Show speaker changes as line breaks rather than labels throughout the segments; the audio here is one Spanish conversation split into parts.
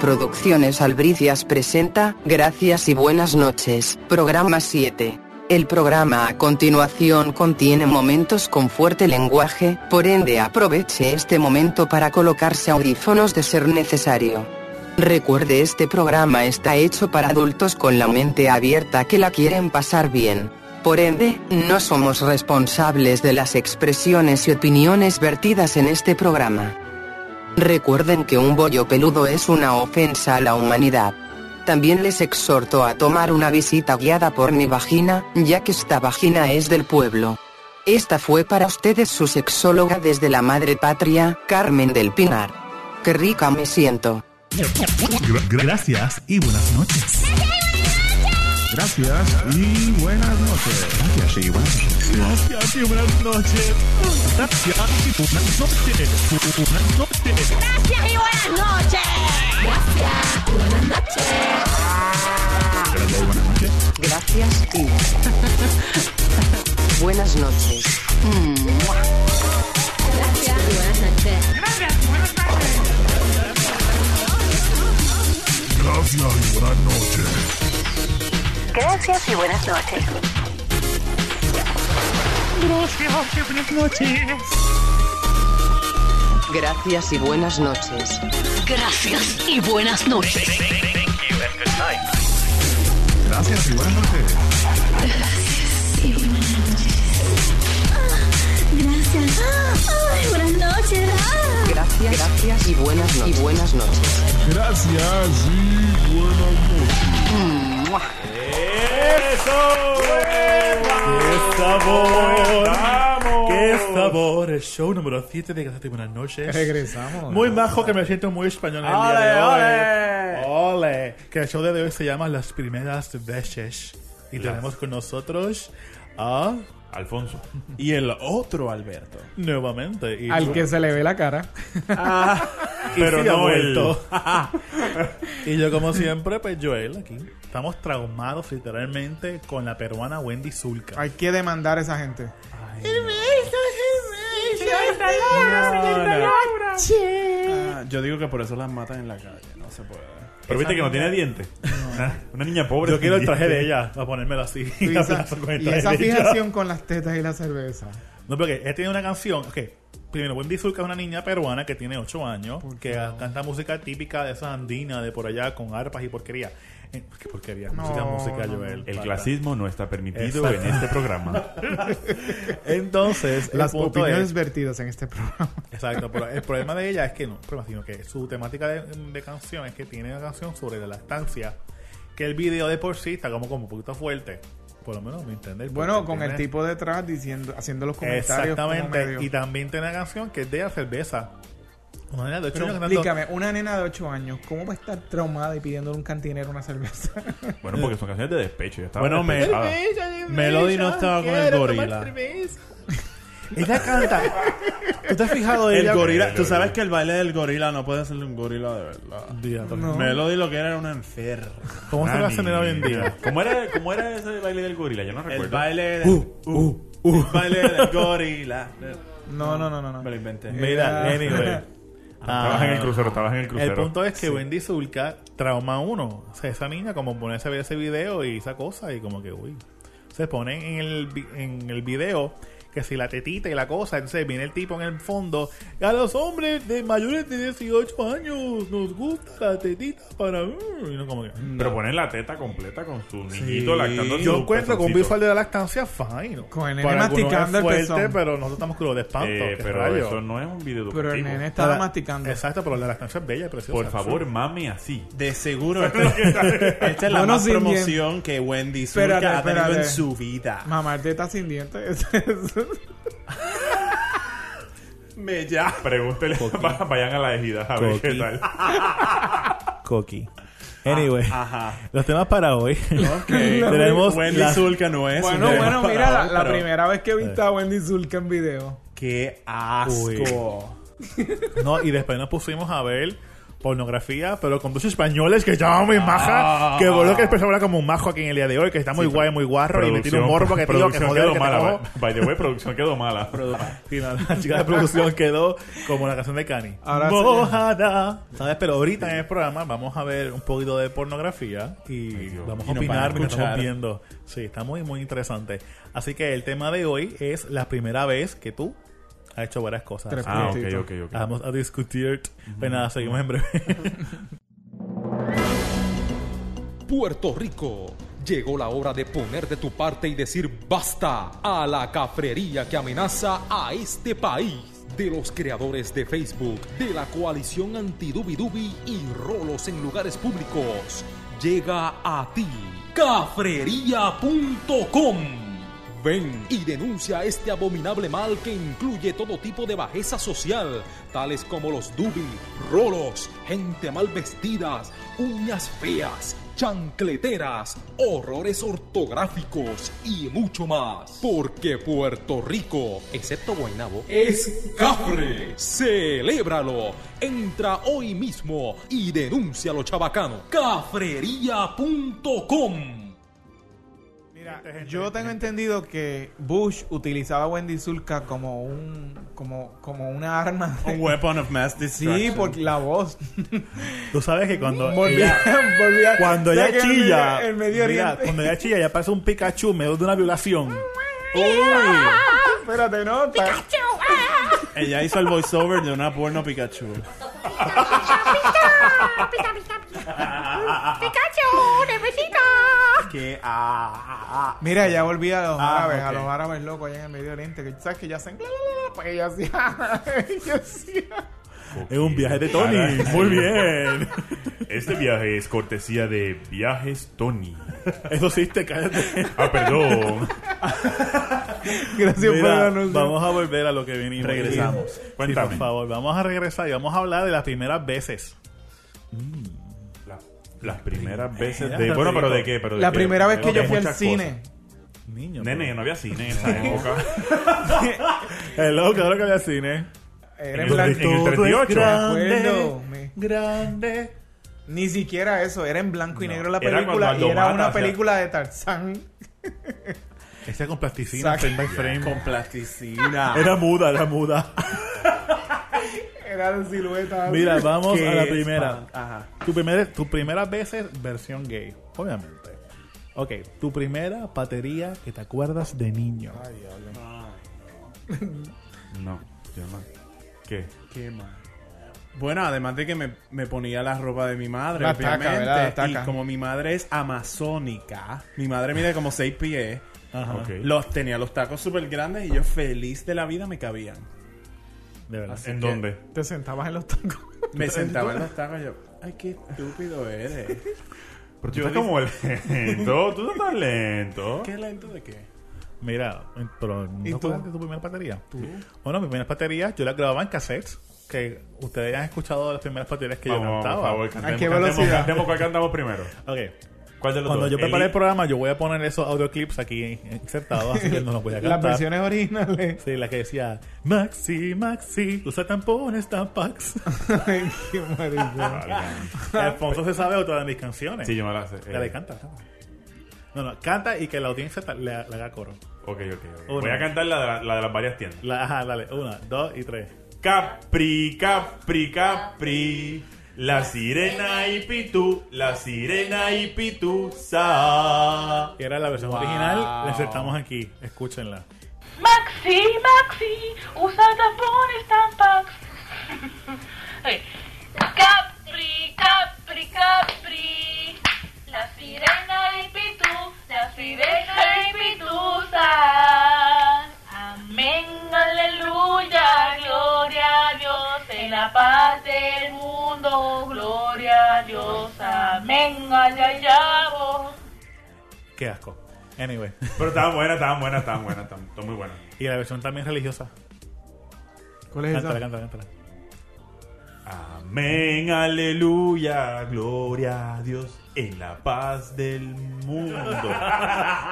Producciones Albricias presenta Gracias y buenas noches, programa 7. El programa a continuación contiene momentos con fuerte lenguaje, por ende aproveche este momento para colocarse audífonos de ser necesario. Recuerde este programa está hecho para adultos con la mente abierta que la quieren pasar bien. Por ende, no somos responsables de las expresiones y opiniones vertidas en este programa. Recuerden que un bollo peludo es una ofensa a la humanidad. También les exhorto a tomar una visita guiada por mi vagina, ya que esta vagina es del pueblo. Esta fue para ustedes su sexóloga desde la madre patria, Carmen del Pinar. Qué rica me siento.
Gra- gra- gracias y buenas noches. Gracias y buenas noches. Gracias y buenas noches. Gracias y buenas noches. Gracias y buenas noches. Buenas noches.
Gracias y buenas noches. Gracias y buenas noches.
Gracias y buenas noches.
Gracias
Gracias y buenas noches.
y buenas noches.
Gracias y buenas noches.
Gracias y buenas noches.
Gracias y buenas noches.
Gracias y buenas noches.
Gracias y buenas noches.
Gracias. Ay, buenas noches. Ah.
Gracias, gracias y buenas noches. Y buenas noches.
Gracias y buenas noches.
¡Qué sabor!
¡Vamos!
¡Qué sabor! El show número 7 de Gracias y Buenas Noches.
Regresamos.
Muy bajo que me siento muy español. en el
¡Ole,
día de hoy. ¡Ole! Que el show de hoy se llama Las Primeras Veces. Y tenemos con nosotros a.
Alfonso. Y el otro Alberto.
Nuevamente. Y
Al que se le ve la cara.
pero
sí ha
no él.
vuelto.
y yo, como siempre, pues Joel aquí. Estamos traumados literalmente con la peruana Wendy Zulka.
Hay que demandar a esa gente.
Ah, yo digo que por eso las matan en la calle. No se puede.
Pero viste que no tiene dientes. Ah, Una niña pobre.
Yo
sin
quiero el
dientes.
traje de ella, para ponérmelo así.
Y
Y
esa,
abrazo con el
y
traje
esa
de ella.
fijación con las tetas y la cerveza.
No, porque ella tiene una canción. Ok, primero, Wendy Zulka es una niña peruana que tiene 8 años, que canta música típica de esas andinas de por allá con arpas y porquería. Eh, ¿Qué porquería?
No,
música, música,
no,
Joel.
El
Basta.
clasismo no está permitido
Exacto.
en este programa.
Entonces, el
Las
punto
opiniones
es-
vertidas en este programa.
Exacto, pero el problema de ella es que no, problema, sino que su temática de, de canción es que tiene una canción sobre la lactancia, que el video de por sí está como, como un poquito fuerte. Por lo menos me entiendes.
Bueno,
Porque
con el
tiene-
tipo detrás diciendo, haciendo los comentarios. como
Exactamente.
medio.
Y también tiene una canción que es de la cerveza. Una nena de ocho
Pero
años cantando-
explícame, una nena de 8 años, ¿cómo va a estar traumada y pidiéndole a un cantinero una cerveza?
Bueno, porque son canciones de despecho. ya estaba
Bueno, me- ah.
despechada.
Melody no estaba con el gorila.
Ella canta. ¿Tú te has fijado de
El
ella?
gorila. Tú sabes que el baile del gorila no puede ser un gorila de verdad.
Día, ¿cómo
No.
Melody lo que era era una enferma.
se lo hacen hoy en día?
¿Cómo era, ¿Cómo era ese baile del gorila? Yo no
El
recuerdo.
baile del,
Uh,
el baile del gorila.
No, no, no, no. no.
Me lo inventé.
Mira,
Era-
anyway.
Trabaja en el
Ah,
crucero, trabaja en el
El
crucero.
punto es que Wendy Zulka trauma a uno. O sea, esa niña como ponerse a ver ese video y esa cosa y como que, uy. Se pone en el, vi- en el video que si la tetita y la cosa, entonces viene el tipo en el fondo. A los hombres de mayores de 18 años nos gusta la tetita para... Y uno como que...
Mm.
Pero ponen la teta completa con su niñito lactando.
Yo
su
encuentro con un
pezoncito.
visual de la lactancia fine.
Con el nene
Para algunos
masticando
es
el
fuerte,
pezón.
pero nosotros estamos con lo de espanto.
Eh,
¿qué
pero
rayos?
eso no es un video educativo.
Pero el nene estaba
Para-
masticando.
Exacto, pero la lactancia es bella y preciosa.
Por favor, mame así.
De seguro, esta, esta es la
No nos
más
sin
promoción que Wendy Zulka
Espérate,
ha tenido en
espérate.
su vida.
Mamar tetas sin dientes.
Me ya.
Pregúntele, vayan a la ejida a ver qué
Coqui.
tal.
Coqui. Anyway,
Ah,
Ajá.
los temas para hoy.
Tenemos
Tenemos
Wendy
las-
Zulka no es.
bueno,
un
bueno,
tema
mira, la,
para
la
hoy, pero-
primera vez que he visto a Wendy Zulka en video.
Qué asco.
Uy. No, y después nos pusimos a ver pornografía, pero con dos españoles que llaman muy
Ah.
maja, que voló que después habla como un majo aquí en el día de hoy, que está muy guay, muy guarro, y me tiene un morbo que tío, que
producción
joder,
quedó
que
mala. pues.
trabajo.
by- By the way, producción quedó mala.
Y nada, la chica de producción quedó como la canción de Cani.
Ahora sí.
Mojada. ¿Sabes? Pero ahorita en el programa vamos a ver un poquito de pornografía y vamos a
Y nos van a
opinar lo que estamos
escuchar.
viendo. Sí, está muy, muy interesante. Así que el tema de hoy es la primera vez que tú has hecho varias cosas.
Tres.
Ah, ok,
Puntito.
ok, ok.
Vamos a discutir. Pues nada, seguimos en breve.
Puerto Rico. Llegó la hora de poner de tu parte y decir basta a la cafrería que amenaza a este país. De los creadores de Facebook, de la coalición anti-dubidubi y rolos en lugares públicos, llega a ti cafrería.com. Ven y denuncia este abominable mal que incluye todo tipo de bajeza social, tales como los dubi, rolos, gente mal vestidas, uñas feas, chancleteras, horrores ortográficos y mucho más. Porque Puerto Rico, excepto Guaynabo, es cafre. Celébralo. Entra hoy mismo y denuncia lo chabacano. Cafrería.com
Mira, yo tengo entendido que Bush utilizaba a Wendy Zulka como un como, como una arma. de-
Un weapon of mass destruction.
Sí, porque la voz.
Tú sabes que cuando.
Volvía, volvía.
Cuando
Ya
ella
que el
chilla,
Medio- El Medio
mira,
Oriente.
cuando ella chilla, ya parece un Pikachu en medio de una violación.
Espérate, no. está-
Ella hizo el voiceover de una porno Pikachu.
pica, pica, pica. Pikachu, nevecita.
Que ah,
Mira, ya volví a los
Ah,
árabes, a
ok.
los árabes locos allá en el Medio Oriente, que sabes que ya hacen. Pues ella hacía. ella hacía-
Es un viaje de Tony. Muy bien.
Este viaje es cortesía de Viajes Tony.
Eso sí, te cállate.
Ah, perdón.
Gracias por
Mira,
el anuncio.
Vamos a volver a lo que venimos.
Regresamos.
Sí,
Cuéntame.
por favor, vamos a regresar y vamos a hablar de las primeras veces.
La- las primeras veces
Ya, te
de... Bueno,
digo.
pero ¿de qué? Pero de
La
qué.
primera vez que
Ok,
yo fui al
muchas
cine.
Niño.
cosas. Nene, no había cine en esa época.
pero- Hello, claro que había cine.
Era en
el-
blanco.
en el 38.
Me acuerdo, me-
grande.
Ni siquiera eso, era en blanco y negro la
era
película
cuando
y era
Aldo
una
Mata hacía-
película de Tarzán.
Ese con plasticina,
Saca.
frame by frame.
Con plasticina.
Era muda, era muda.
Era de silueta.
Mira, vamos
Qué
a la primera.
espan- Ajá.
Tu primer, tu primeras veces, versión gay, obviamente. Ok, tu primera patería que te acuerdas de niño.
No, yo no. ¿Qué?
Qué mal. Bueno, además de que me, me ponía la ropa de mi madre,
La taca,
obviamente.
¿verdad? La taca.
Y como mi madre es amazónica, mi madre mide como 6 pies.
Ok.
Los tenía los tacos súper grandes y yo feliz de la vida me cabían.
De verdad.
¿En dónde?
Te sentabas en los tacos.
Me sentaba en los tacos y yo, ay, qué estúpido eres.
Pero tú
Yo
estás como lento. Tú no estás lento.
¿Qué lento de qué?
Mira, pero ¿no
¿Y tú?
acuerdas de tu primera patería? Bueno, mis primeras paterías yo las grababa en cassettes. Que ustedes han escuchado las primeras paterías que yo
Vamos,
cantaba.
por favor, cantemos.
¿A qué
cantemos,
velocidad?
cantemos, ¿Cuál cantamos primero?
Ok.
¿Cuál de los
Cuando
dos?
yo preparé
Eli-
el programa, yo voy a poner esos audioclips aquí insertados, así que no los voy a cantar.
Las versiones originales.
Sí, la que decía Maxi, Maxi, usa tampones, tampax.
Ay, qué marido.
Valga.
Alfonso se sabe otra de mis canciones.
Sí, yo me la sé.
La
Eh,
de canta, canta. No, no, canta y que la audiencia ta- le, le haga coro.
Ok, ok.
Uno.
ok. Voy a cantar la de, la, la de las varias tiendas.
La- ajá, dale, una, dos y tres.
Capri, Capri, Capri. La sirena y Pitú, la sirena y Pitú, sa.
Que era la versión original, la insertamos aquí. Escúchenla.
Maxi, Maxi, usa tampones tampax. Ok. Capri, Capri, Capri. La sirena y Pitú, la sirena y Pitú san. Amén, aleluya, gloria a Dios, en la paz del mundo, gloria a Dios, amén, alayabo.
Qué asco. Anyway.
Pero estaban buenas, estaban buenas, estaban buenas, estaban estaban muy buenas.
Y la versión también religiosa.
¿Cuál es
Cántala,
esa?
cántala, cántala.
Amén, aleluya, gloria a Dios en la paz del mundo.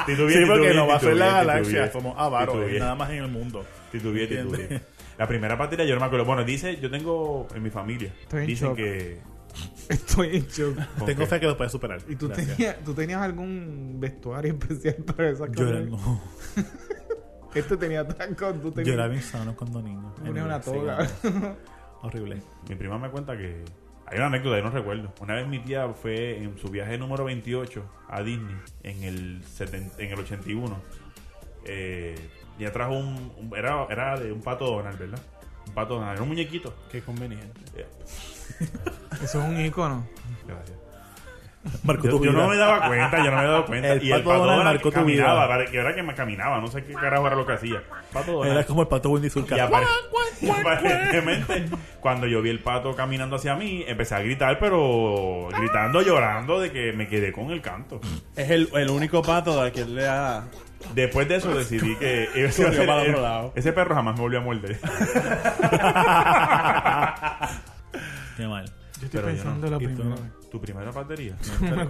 Titubeé,
Sí, porque
titubeé,
no va a ser la
titubeé,
galaxia.
titubeé.
Somos avaros,
Titubeé.
nada más en el mundo.
Titubeé,
¿Entiendes?
titubeé. La primera patria yo no me acuerdo. Bueno, dice, yo tengo en mi familia.
en
dicen
shock.
que
Estoy en shock.
Tengo fe que lo puedes superar.
¿Y tú
Gracias.
tenías, tú tenías algún vestuario especial para esa
Yo era,
cosa?
no,
Este tenía tacos, tú
yo era
tenías
bien sano cuando niño.
una, una
Sí,
toga.
Horrible.
Mi prima me cuenta que. Hay una anécdota, yo no recuerdo. Una vez mi tía fue en su viaje número 28 a Disney en el, 70 en el 81. Eh, ella trajo un. un- era, era de un pato Donald, ¿verdad? Un pato Donald, era un muñequito.
Qué conveniente.
Eh,
Eso es un icono.
gracias.
Marco,
Yo, yo no me daba cuenta, yo no me daba cuenta.
El
y el
pato
pato
Donald
Donald
marcó tu
caminaba,
vida.
pare- que era que me caminaba, no sé qué carajo era lo que hacía. Pato Donald.
Era como el pato Wendy Zulka.
Y apare- y aparentemente, cuando yo vi el pato caminando hacia mí, empecé a gritar, pero gritando, llorando, de que me quedé con el canto.
Es el, el único pato al que le da.
Después de eso decidí que ese,
Corrió para otro lado.
ese perro jamás me volvió a morder.
Qué mal.
Yo estoy
Pero yo
pensando
no.
la
¿Y tú
primera
no?
vez.
¿Tu primera batería?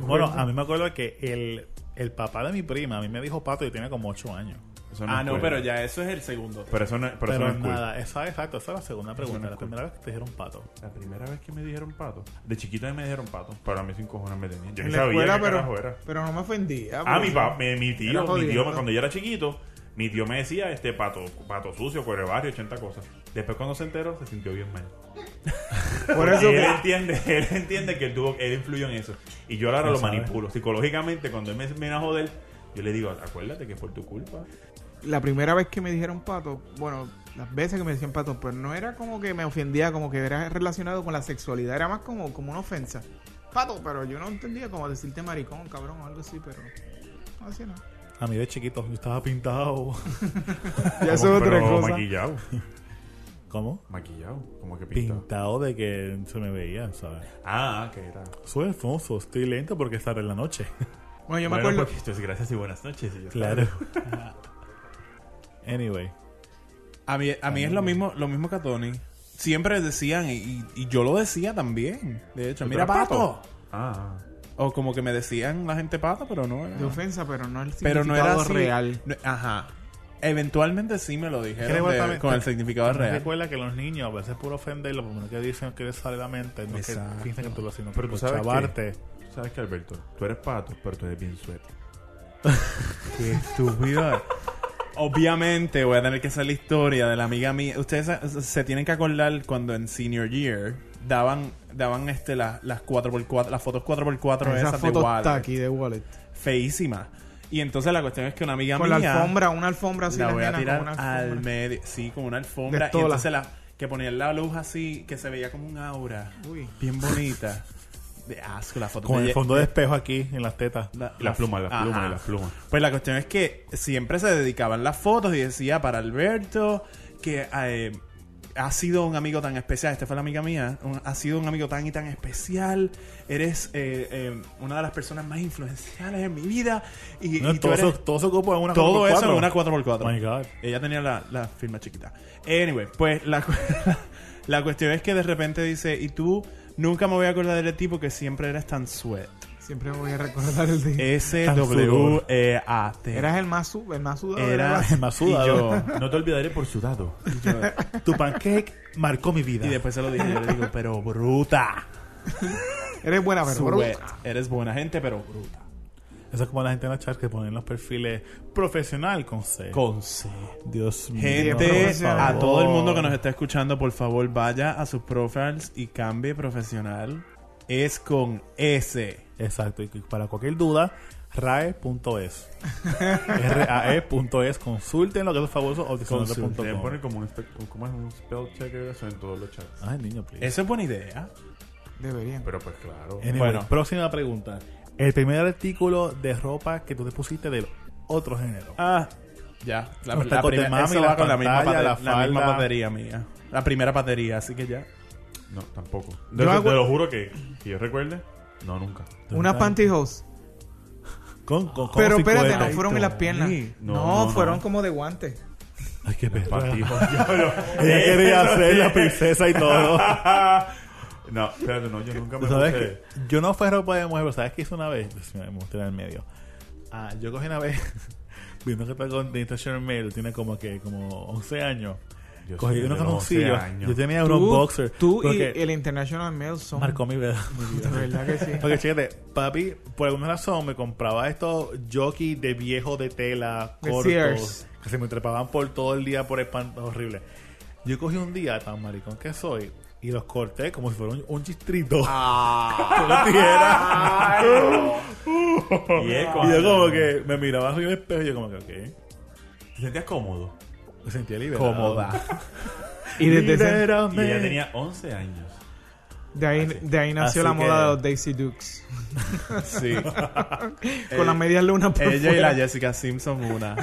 Bueno, a mí me acuerdo que el, el papá de mi prima a mí me dijo pato y tenía como 8 años.
Eso
Ah,
es
no,
cool.
pero ya eso es el segundo.
Pero eso no, pero
Pero
eso no es cool.
nada, esa, exacto, esa es la segunda pregunta. la primera vez que te dijeron pato.
La primera vez que me dijeron pato. De chiquito a mí me dijeron pato. Pero a mí sin cojones me tenían. Yo
En
ni
la
sabía
escuela,
qué carajo era.
pero, pero no me ofendía.
Ah,
porque-
mi, pa- mi, mi
Era
tío, mi
jodiendo.
tío, cuando yo era chiquito, mi tío me decía este pato, pato sucio, cuero de barrio, 80 cosas. Después cuando se enteró, se sintió bien mal.
Por eso
él
que-
entiende, él entiende que él tuvo, él influyó en eso. Y yo ahora
Lo
lo
sabe.
manipulo. Psicológicamente, cuando él me viene a joder, yo le digo, acuérdate que es por tu culpa.
la primera vez que me dijeron pato, bueno, las veces que me decían pato, pues no era como que me ofendía, como que era relacionado con la sexualidad, era más como, como una ofensa. Pato, pero yo no entendía como decirte maricón, cabrón o algo así, pero así no.
A mí de chiquito yo estaba pintado.
Ya eso
Como-
es otra
pero
cosa.
maquillado,
¿Cómo?
maquillado, como que pintado.
Pintado de que se me veía, ¿sabes?
Ah, que era.
Soy hermoso, estoy lento porque es tarde en la noche.
Bueno, yo me
Bueno,
acuerdo.
pues, esto es gracias y buenas noches. Y yo-
Claro. anyway.
A mí, a mí es lo mismo, lo mismo que a Tony. Siempre decían, y, y- y yo lo decía también. De hecho,
¿Tú
mira
eras
pato.
Ah,
O como que me decían la gente pato, pero no era.
De ofensa, pero no el
pero no era
significado
así.
real.
No- ajá. Eventualmente sí me lo dijeron
Creo
de-
también-
con el significado
También
real.
Recuerda que los niños a veces por ofender lo primero que dicen que les sale la mente, no es
Exacto.
que piensen que tú lo haces, sino
Pero
por
tú sabes
chavarte.
tú sabes que Alberto, tú eres pato, pero tú eres bien suerte.
Qué estúpido. Obviamente voy a tener que hacer la historia de la amiga mía. Ustedes se, se tienen que acordar cuando en senior year daban daban este las las 4x4, las fotos 4x4
Esa
esas, de
foto está
Wallet.
aquí de Wallet.
Feísima. Y entonces la cuestión es que una amiga
Con la
mía
alfombra, una alfombra así,
la
las
voy a
nenas con
tirar
una alfombra.
al medio, sí, con una alfombra y
Estola.
entonces la que ponía la luz así que se veía como un aura,
Uy.
bien bonita. De asco la foto.
Con
Me-
el fondo de espejo aquí, en las tetas.
la-
Y las plumas, las
Ajá.
plumas, y las plumas.
Pues la cuestión es que siempre se dedicaban las fotos y decía para Alberto que eh, ha sido un amigo tan especial, esta fue la amiga mía, un- ha sido un amigo tan y tan especial, eres eh, eh, una de las personas más influenciales en mi vida y,
No,
y tú
todo,
eres-
eso, todo eso cupo en una
todo eso en
4x4.
una 4x4.
Oh My God.
Ella tenía la, la firma chiquita. Anyway, pues la, cu- la cuestión es que de repente dice, y tú nunca me voy a acordar de ti porque siempre eres tan sweat.
Siempre me voy a recordar el día.
sudor.
E S-W-E-A-T.
Eras el más, su- el más sudado. de la
Era
clase.
Más sudado.
Y, yo-
No te olvidaré por sudado.
Tu pancake marcó mi vida.
y después se lo dije, yo le digo, pero bruta.
Eres buena, pero
Sweat.
bruta.
Eres buena gente, pero bruta.
Eso es como la gente en la chat que ponen los perfiles profesional con C.
Con C.
Dios mío.
Gente,
por
a
favor.
todo el mundo que nos está escuchando, por favor, vaya a sus profiles y cambie profesional. Es con S.
Exacto. Y para cualquier duda, rae.es. rae.es. Consulten que E es famoso o
Te
diccionario.com.
pone como un, espe- como es un spell checker eso en todos los chats.
Ay, niño, please.
Eso es buena idea.
Deberían.
Pero pues claro.
Anyway,
Bueno.
próxima pregunta. El primer artículo de ropa que tú te pusiste del otro género.
Ah, ya. La,
Los tacos de
primera-
mami,
eso
la
va con la misma,
pantalla,
pate-
la
la misma
falda.
batería mía. La primera batería, así que ya.
No, tampoco.
Yo
Te- te,
hago-
lo juro que, que yo recuerde. No, nunca.
Una pantyhose.
Con, con, con
Pero
cinco
espérate, no
detalles.
fueron en las piernas.
Sí.
No,
No, no, no.
fueron como de guantes.
Ay, qué perra.
Pantijo.
Ella quería ser la princesa y todo.
no, espérate, no, yo nunca
Tú
me
sabes
puse.
que yo no fue ropa de mujer, pero ¿sabes qué hice una vez? Dios mío, Me mostré en el medio. Ah, yo cogí una vez, viendo que está con Nita Mail, tiene como que como 11 años.
Yo
Cogí
soy
unos
de 11
canoncillos.
años.
Yo tenía unos boxers.
Tú y
porque
el International Mail son.
Marcó mi vida.
De verdad que sí.
Porque fíjate, papi, por alguna razón me compraba estos jockey de viejo de tela
De
cortos
Sears.
que se me trepaban por todo el día por espanto horrible. Yo cogí un día tan maricón que soy y los corté como si fuera un, un chistrito con la tijera.
Y, es
y
cuando-
yo como que me miraba así en el espejo y yo como que, ok,
¿Te sentías cómodo?
me sentía liberado.
Cómoda.
Y desde ese-
Y
Libérame.
ella tenía 11 años.
de, ahí,
Ah,
de ahí nació
Así
la moda
que-
de los Daisy Dukes.
Sí.
Con las medias lunas por
Eh, Ella y la
fuera.
Jessica Simpson una.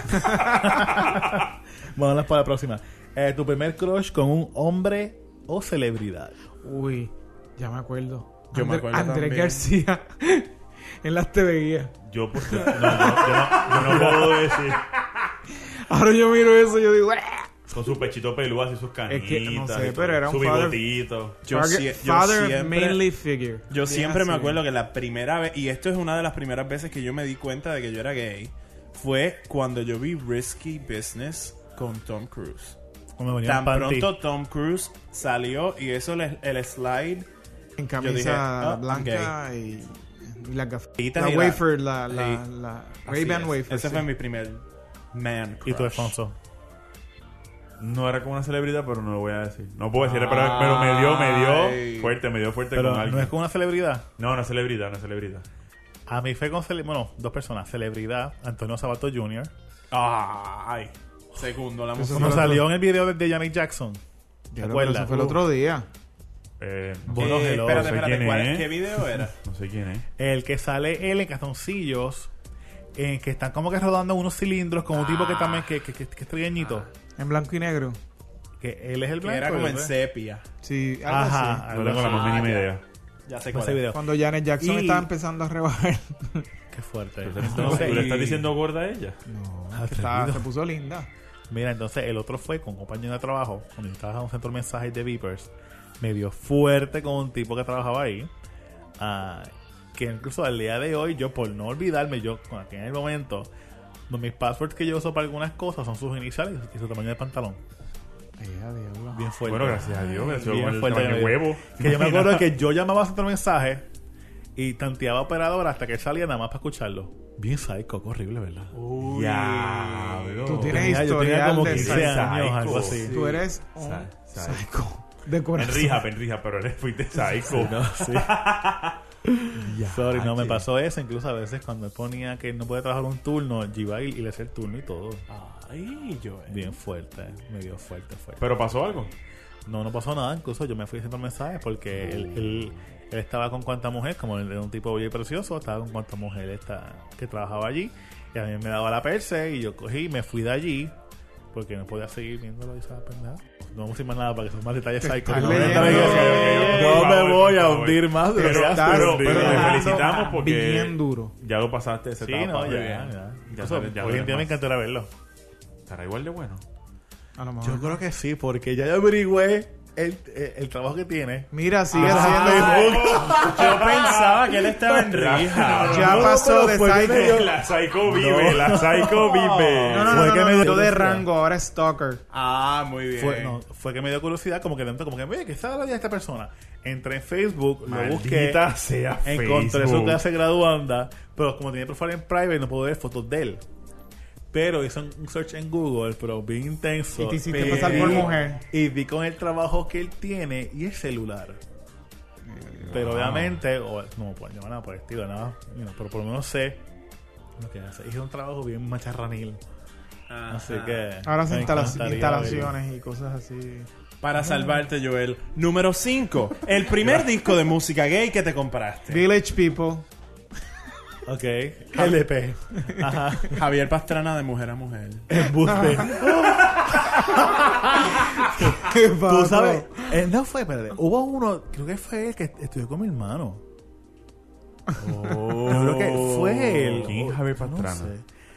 Vámonos para la próxima. Eh, tu primer crush con un hombre o celebridad.
Uy, ya me acuerdo.
Yo me
André-
acuerdo
André
también.
García en las TV Guía.
Yo, pues, yo- no, yo, yo no, yo no puedo decir.
Ahora yo miro eso y yo digo, "Ah".
Con su pechito peludo, así sus canitas.
que no sé,
y todo.
pero era un
Su
father-
bigotito.
Yo,
Father-
sie- yo
father
siempre-
mainly figure.
Yo siempre me
así.
acuerdo que la primera vez, y esto es una de las primeras veces que yo me di cuenta de que yo era gay, fue cuando yo vi Risky Business con Tom Cruise.
Como me
Tan
ponían panty.
pronto Tom Cruise salió y eso le- el slide,
En
Yo
camisa
dije, "Ah,
blanca y, y las
Quitas
gafitas. La
y la-
wafer, la, la,
Sí.
la
Así
Ray-Ban
es.
wafer.
Ese
sí.
fue mi primer man.
Y tú,
crush.
Alfonso.
No era como una celebridad, pero no lo voy a decir. No puedo decir, pero, pero me dio, me
Ay.
dio fuerte, me dio fuerte
Pero
con
no
alguien.
es con una celebridad.
No, una celebridad, una celebridad.
A mí fue con cele- bueno, dos personas, celebridad, Antonio Sabato Jr.
Ay. Segundo, la música.
Cuando salió en el video de, de Janet Jackson. ¿Te
Ya lo-
acuerdas?
Eso fue el otro día.
Eh,
Bueno,
Eh,
hello,
espérate,
soy
espérate,
quien
¿cuál-
¿eh?
es.
¿qué video era?
no sé quién es.
El que sale él en castoncillos, en que están como que rodando unos cilindros con un tipo que también que, que, que, que es trigueñito.
En blanco y negro.
Que él es el
Que
blanco.
era como en
¿verdad?
sepia.
Sí, algo
Ajá,
así.
No tengo la más mínima idea.
Ah, Ya sé
Con
cuál
ese
es.
video.
Cuando Janet Jackson
Y-
estaba empezando a rebajar.
Qué fuerte.
Entonces, ¿Tú le
y- Ah,
estás diciendo gorda a ella?
No, que estaba, se puso linda.
Mira, entonces el otro fue con un compañero de trabajo, cuando yo estaba en un centro de mensajes de Vipers, me vio fuerte con un tipo que trabajaba ahí, ah, que incluso al día de hoy, yo por no olvidarme, yo con aquí en el momento, mis passwords que yo uso para algunas cosas son sus iniciales y su tamaño de pantalón. Bien fuerte.
Bueno, gracias a Dios. Gracias
Bien
a Dios.
fuerte
Con el
que me dio.
huevo.
Que yo me acuerdo que yo llamaba a centro de mensajes y tanteaba operadora hasta que salía nada más para escucharlo. Bien psycho, qué horrible, ¿verdad?
Ya,
Tú tienes
yo tenía
historial
como
de
15
psycho.
años, algo así.
Tú eres un
Sa- sa-
psycho. De corazón.
Penrija, penrija, pero eres fuiste psycho.
No, sí.
Ah,
Sorry, no me pasó eso. Incluso a veces cuando él ponía que no podía trabajar un turno, yo iba y y le hacía el turno y todo.
Ah, Ay, yo.
Bien fuerte, eh. me dio fuerte, fuerte.
Pero pasó algo.
No, no pasó nada. Incluso yo me fui haciendo mensajes porque él, él- él estaba con cuanta mujer, como él era un tipo bello y precioso, estaba con cuanta mujer esta, que trabajaba allí. Y a mí me daba la perse y yo cogí y me fui de allí porque no podía seguir viéndolo y esa pendejada. No vamos a decir más nada para que son más detalles psychos. No,
estás leyendo.
no me voy a hundir más. de lo que
Pero,
ya
pero,
estoy
pero te
hundido.
felicitamos porque
Bien duro.
ya lo pasaste esa
Sí,
etapa.
no, ya,
bien.
ya.
Ya
Eso,
sabes, ya
hoy en
verás
día me
más.
encantaría verlo.
Estará igual de bueno.
A lo mejor.
Yo creo que sí, porque ya yo averigüé el, el, el trabajo que tiene.
Mira, sigue
Ah,
siendo.
Ah, Yo pensaba que él estaba en rija.
Ya
No,
pasó
pero
de
fue que
psycho.
me dio-
La psycho vive, la psycho vive.
No, no,
Fue
no,
que
no,
me
no,
dio
yo de
curiosidad.
rango, ahora es stalker.
Ah, muy bien.
Fue, no, fue que me dio curiosidad, como que dentro, como que, oye, ¿qué está la vida de esta persona? Entré en Facebook, lo busqué,
Maldita sea
encontré su
Facebook.
clase graduanda, pero como tenía profile en private, no puedo ver fotos de él. Pero hice un un search en Google, pero bien intenso.
Y te hiciste
Vi-
pasar por mujer.
Y vi con el trabajo que él tiene y el celular. Pero obviamente, o- no me pueden llamar nada por el estilo, nada. you know, pero por lo menos sé lo que hace. Hice un trabajo bien macharranil. Así que. me
Ahora hace instala-
encantaría verlo.
instalaciones y cosas así.
Para salvarte, Joel. Número 5. El primer disco de música gay que te compraste.
Village People.
Ok, LP. Ajá,
Javier Pastrana de Mujer a Mujer.
embuste.
¿Qué
Tú sabes, él no fue, espérate. Hubo uno, creo que fue él que estudió con mi hermano. Yo creo que fue él.
Oh, ¿Quién es Javier Pastrana?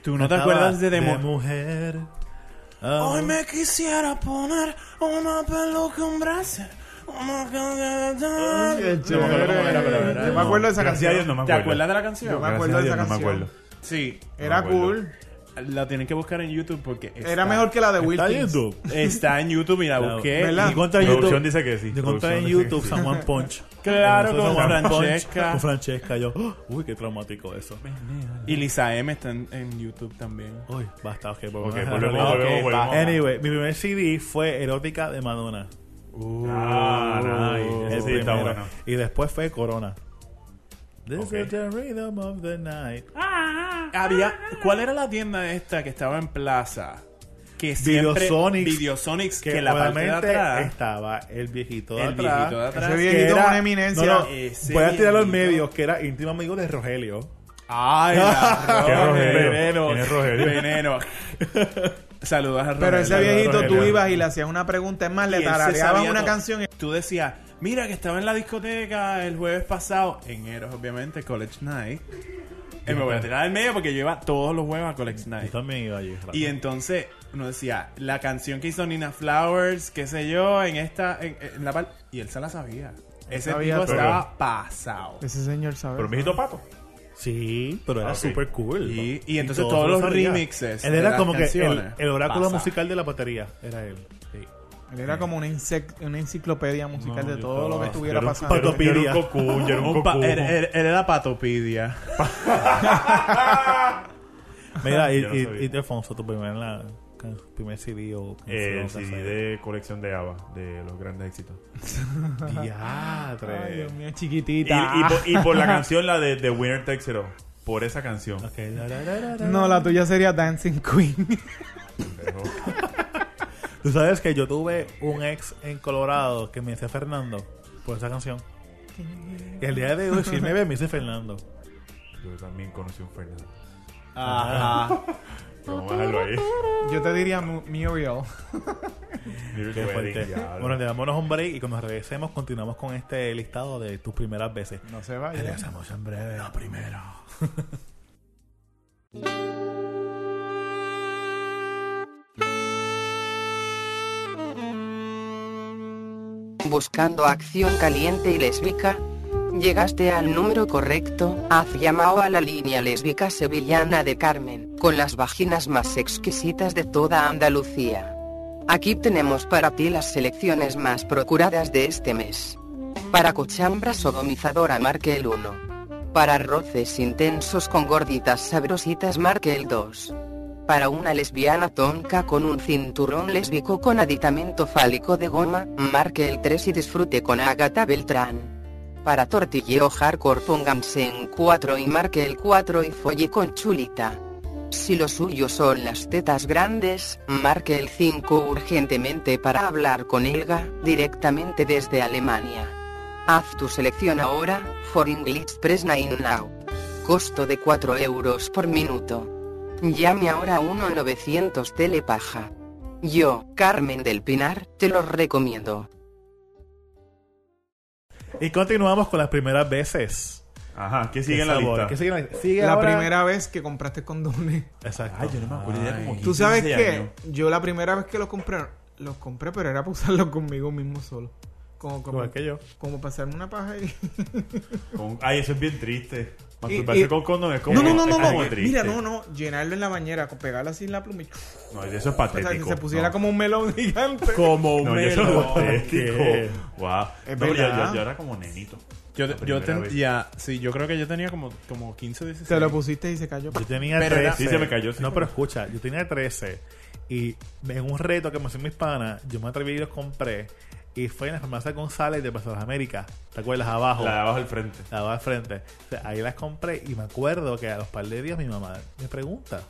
¿Tú no te acuerdas de
De
Demo?
mujer. Ah.
Hoy me quisiera poner una peluca, un brazo. una cadena.
Qué
No me acuerdo cómo era, pero era-
Yo me acuerdo de esa
Gracias a Dios
canción.
no me
¿Te
acuerdo.
acuerdas de la
Yo
canción?
me
Gracias
acuerdo
a
de
Dios
esa
no me
canción.
acuerdo.
Sí.
Era
acuerdo.
cool.
La tienen que buscar en YouTube porque está,
Era mejor que la de
¿Está
Wilkins.
YouTube?
está en YouTube y la
Claro.
busqué.
¿Verdad?
Yo encontré en
Producción
YouTube.
dice que sí.
Yo encontré en
Producción dice
YouTube
que sí.
San Juan Punch.
Claro,
Entonces, San
con
Juan Punch,
Francesca.
Con Francesca, yo. ¡oh! Uy, qué traumático eso.
Y Lisa M está en, en YouTube también.
Uy, basta, ok,
Ok,
volvemos.
volvemos,
Ok,
volvemos,
va.
volvemos.
Anyway, mi primer CD fue Erótica de Madonna.
Ah,
El
nice. Ese sí está
primero.
bueno.
Y después fue Corona. This
Ok.
is the rhythm of the night.
Ah, Había, ¿Cuál era la tienda esta que estaba en plaza? Que siempre,
Videosonics.
Videosonics, que,
Que,
la parte de
obviamente
atrás.
estaba el viejito de
El
atrás.
viejito de atrás. Eh,
Ese
que
viejito
era-
con eminencia.
no, no,
Ese
voy a tirarlo en
viejito.
medios, que era íntimo amigo de Rogelio.
Ay, la
¿Quién es
Roger,
Rogelio?
veneno.
¿Quién es Rogelio?
Veneno. Saludos a
Pero ese
Rogelio.
viejito tú
Rogelio.
ibas y le hacías una pregunta. Es más,
Y él
le
se
tarareabas
sabía
una
todo.
canción. y-
Tú decías, mira que estaba en la discoteca el jueves pasado, en Eros, obviamente, College Night. Eh, me voy a tirar al medio porque yo iba todos los jueves a College
Yo
Night.
también iba allí.
Y entonces uno decía, la canción que hizo Nina Flowers, qué sé yo, en esta, en, en la par- Y él se la sabía. Ese
Sabía
tipo
todo.
estaba pasado.
Ese señor sabe.
Pero mijito pato.
Sí, pero era
Ah, ok.
súper cool.
Y- y entonces
todo
todos
lo
los
sabía.
remixes
Él
de
era
las
como que el,
canciones.
el oráculo
Pasa.
musical de la batería. Era él. Sí.
Él era como una, insec- una enciclopedia musical de todo lo que estuviera pasando.
Pato
Yo era
Piria.
un cocú, yo era un
Un pa-
cocú.
él, él- él era patopedia.
Mira, y,
Yo no
y,
sabía.
y de Alfonso, tu primer, la, can- primer CD o
Eh,
canción,
el
o sea,
CD de colección de ABBA, de los grandes éxitos.
Diadre.
Ay, Dios mío,
Y,
chiquitita.
y por, y por la canción, la de The Winner Takes It All. Por esa canción.
Ok, da, da, da, da, da.
No, la tuya sería Dancing Queen.
Pero-
Tú sabes que yo tuve un ex en Colorado que me dice Fernando por esa canción. Y el día de hoy, si él me ve, me dice Fernando.
Yo también conocí un Fernando.
Ajá.
Pero vamos a dejarlo ahí.
Yo te diría Mu- Muriel.
Mira el
Qué
wedding,
fuerte.
diablo.
Bueno, le damos un break y cuando regresemos, continuamos con este listado de tus primeras veces.
No se vaya.
Regresamos en breve. La primera.
Buscando acción caliente y lésbica. Llegaste al número correcto, haz llamado a la línea lésbica sevillana de Carmen, con las vaginas más exquisitas de toda Andalucía. Aquí tenemos para ti las selecciones más procuradas de este mes. Para cochambra sodomizadora marque el 1. Para roces intensos con gorditas sabrositas marque el 2. Para una lesbiana tonca con un cinturón lésbico con aditamento fálico de goma, marque el 3 y disfrute con Agatha Beltrán. Para tortilleo hardcore pónganse en 4 y marque el 4 y folle con chulita. Si lo suyo son las tetas grandes, marque el 5 urgentemente para hablar con Elga, directamente desde Alemania. Haz tu selección ahora, for English Press 9 Now. Costo de 4 euros por minuto. Llame ahora a 1900 Telepaja. Yo, Carmen del Pinar, te lo recomiendo.
Y continuamos con las primeras veces.
Ajá, ¿qué sigue en la
Sabor,
lista?
¿qué sigue en la Sigue
La
ahora-
primera vez que compraste condones.
Exacto.
Ay, yo no me acuerdo. ya como
Tú
15
sabes
años.
que yo la primera vez que los compré, los compré, pero era para usarlos conmigo mismo solo. Como, como,
Igual que yo.
como pasarme una paja y...
Con- Ay, eso es bien triste. Masturbarse
Y- y-
con condón es como.
No, no, no,
es
no, no.
como triste.
Mira, no, no. Llenarlo en la bañera, co- pegarlo así en la pluma y...
No, eso es
O sea, que
patético.
se pusiera
no.
como un melón gigante.
Como un
No, y eso es
melón.
¿Qué?
patético. Wow.
Es
No, yo,
verdad.
yo- yo era como nenito.
Yo,
La
yo
primera
ten-
vez.
ya, sí, yo creo que yo tenía como, como 15 o 16.
Te lo pusiste y se cayó.
Yo tenía
Pero era-
13.
Sí, se me cayó, sí.
No, pero escucha, yo tenía 13. Y en un reto que me hacían mis panas, yo me atreví y los compré. Y fue en la farmacia González de Plaza de las Américas. ¿Te acuerdas? Abajo.
La de abajo al frente.
La de abajo al frente. O sea, ahí las compré y me acuerdo que a los par de días mi mamá me pregunta.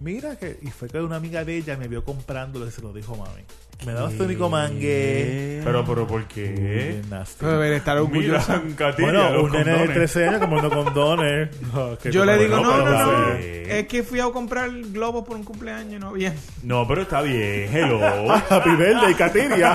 Mira que... Y fue que una amiga de ella me vio comprándolo y se lo dijo mami. Me daba su único mangue.
Pero, pero, ¿por
Eh. Bien
qué?
nasty.
Debe estar
Mira,
orgulloso.
un catillo,
Bueno,
los
un nene de
condones.
13 años comprando condones. No, que
Yo le
como-
digo,
Bueno,
no,
pero
no, no.
está bien.
Es que fui a comprar globos por un cumpleaños y no había.
No, pero está bien. Hello.
Happy birthday, Katiria.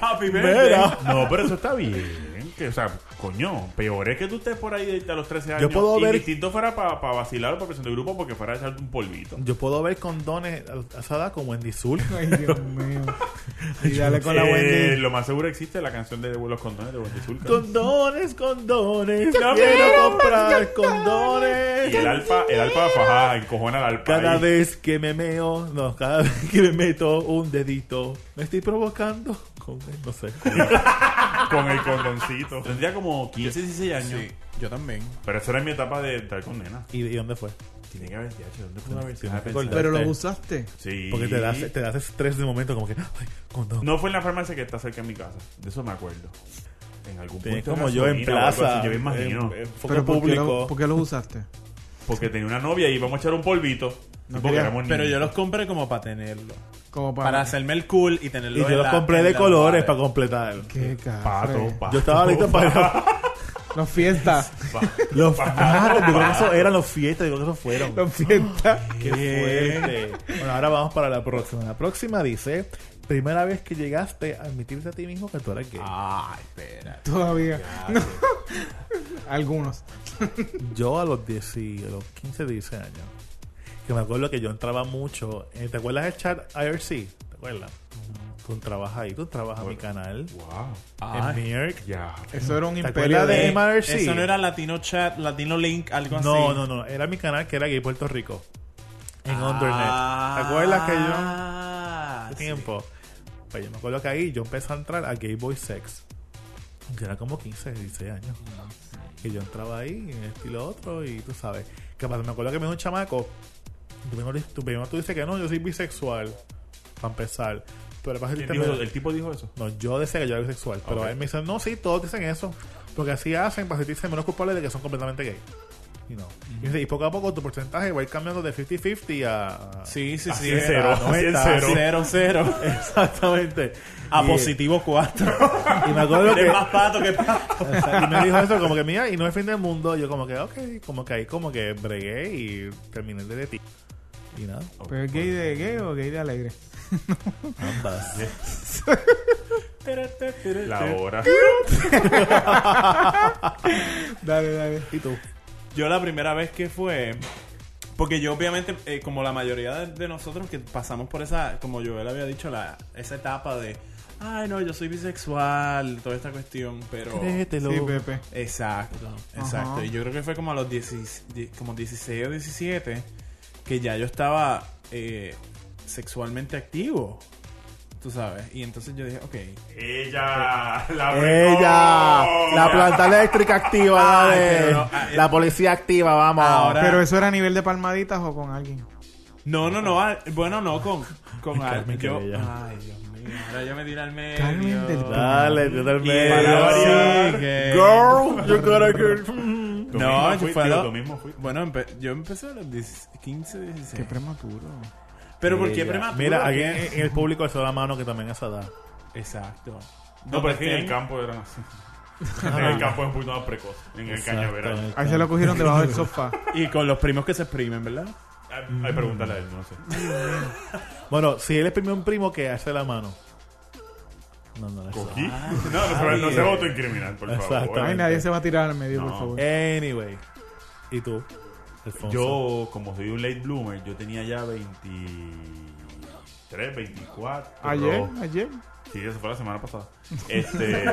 Happy
birthday.
No, pero eso está bien. que, o sea, coño, peor es que tú estés por ahí a los 13 años.
Yo puedo
y
ver-
distinto fuera para vacilar o para presentar el grupo porque fuera a echarte un polvito.
Yo puedo ver condones asadas con Wendy Zul.
Ay, Dios mío. Y dale con la
Eh,
Wendy.
Lo más seguro existe la canción de los condones de Wendy Zulka.
Condones, condones. Yo quiero comprar condones.
Y el alfa, el alfa faja, encojona al alfa.
Cada
ahí.
vez que me meo, no, cada vez que me meto un dedito, me estoy provocando con, no sé.
Con el condoncito. Tendría como 15, 16 años.
Sí, yo también.
Pero esa era mi etapa de estar con nena.
¿Y, y dónde fue?
Tiene que haber dicho, ¿dónde fue una
Tienes que
versión?
Pero lo
cortarte.
usaste.
Sí.
Porque te das, te das estrés de momento, como que, ay, condón.
No fue en la farmacia que está cerca de mi casa. De eso me acuerdo. En algún
Sí,
punto. de
como yo en
gasolina o algo
plaza. Eh,
así, yo me imagino.
en- en foco
Pero ¿por qué,
público.
lo, por qué lo usaste?
Porque tenía una novia y íbamos a echar un polvito. Y porque
quería-
éramos
Pero
niños.
yo los compré como para tenerlo.
Como para.
Para hacerme el cool y tenerlo
Y yo
en
los
la-
compré
en
de
la
colores para
madre.
completar.
Qué cafre.
Pato, Ah, pato.
Yo estaba listo para
Los fiestas.
los ah, yo creo que eso eran los fiestas, yo creo que eso fueron.
Los fiestas.
Qué fuerte. Bueno, ahora vamos para la próxima. La próxima dice, primera vez que llegaste a admitirte a ti mismo que tú eres gay.
Ah, espera.
Todavía. No. Algunos.
Yo a los, 10 y- a los 15, 16 años, que me acuerdo que yo entraba mucho. eh, ¿Te acuerdas del chat IRC? ¿Te acuerdas? Tú trabajas ahí, tú trabajas en mi canal,
Wow.
Ah,
en New York.
Ya.
Eso era un
¿Te
imperio
acuerdas
de.
de
eh,
MRC.
Eso no era Latino Chat, Latino Link, algo así. Ah,
No, no, no, era mi canal que era gay Puerto Rico, en Undernet. ¿Te acuerdas que yo...
yo?
hace tiempo. Pues yo me acuerdo que ahí yo empecé a entrar a Gay Boy Sex. Yo era como 15, 16 años.
Mm.
Y yo entraba ahí, en este y lo otro, y tú sabes. Que pasa? Me acuerdo que me dijo un chamaco. Tu primero, dices- tu primero tú dices que no, yo soy bisexual. Para empezar. Pero pasa que
¿Quién
te-
dijo- ¿El tipo dijo eso?
No, yo decía que yo era bisexual. Pero
Ok.
él me dice, no, sí, todos dicen eso. Porque así hacen para sentirse menos culpables de que son completamente gay. Y no. Y dice, Y poco a poco tu porcentaje va a ir cambiando de 50-50 a. Ah,
Sí, sí,
Así
sí.
en
era,
cero,
¿no?
así en
Está
cero.
Cero, cero.
Exactamente.
A
Y-
positivo 4.
Y me acuerdo que.
Eres más pato que
O
pato.
sea, y me dijo eso como que mira y no es fin del mundo yo como que ok como que ahí como que bregué y terminé de ti y nada
¿Pero es gay de gay o gay de alegre?
ambas
La hora.
Dale, dale.
y tú
Yo la primera vez que fue. Porque yo, obviamente, eh, como la mayoría de, de nosotros que pasamos por esa, como Joel había dicho, la, esa etapa de. Ay, no, yo soy bisexual, toda esta cuestión, pero.
Créetelo.
Sí, Pepe.
Exacto, exacto.
Ajá.
Y yo creo que fue como a los 16, die- como 16 o 17 que ya yo estaba eh, sexualmente activo. Tú sabes. Y entonces yo dije, ok. Oh.
Ella. La
ella la
preciosa.
planta eléctrica activa
Ay,
dale.
pero no, ah, eh.
la policía activa vamos
Ahora-
Pero eso era a nivel de palmaditas o con alguien.
No, no, no. ah, bueno, no, con, con
Carmen
Al- yo-
Querella.
Ay, Dios mío. Ahora yo me tiré al medio.
Carmen del
dale yo del
Y
medio.
para variar,
girl you gotta girl
Tú mismo
No, yo
fuiste,
fue a
digo,
los-
tú mismo fuiste.
Bueno, empe- yo empecé a los 10 15, 16.
Qué prematuro.
pero ¿por qué
Ella.
prematuro?
mira aquí
¿Qué?
en en el público alzó la mano que también a esa edad
Exacto.
No, pero es que en el
tengo-
campo eran así. en el campo es un poquito más precoz. En el
Exacto.
cañaveral.
Ahí se lo cogieron debajo del sofá.
Y con los primos que se exprimen, ¿verdad?
Hay que preguntarle a él, no sé.
bueno si él es primero un primo que hace la mano no no no
¿Coquí? No, no se, va- no se va a autoincriminar, por
Ay,
favor.
Exactamente.
nadie se va a tirar al medio,
No.
por favor.
Eh, Anyway. ¿Y tú? Alfonso?
Yo, como soy un late bloomer, yo tenía ya 23, 24.
Ayer, ayer.
Sí, eso fue la semana pasada. Este,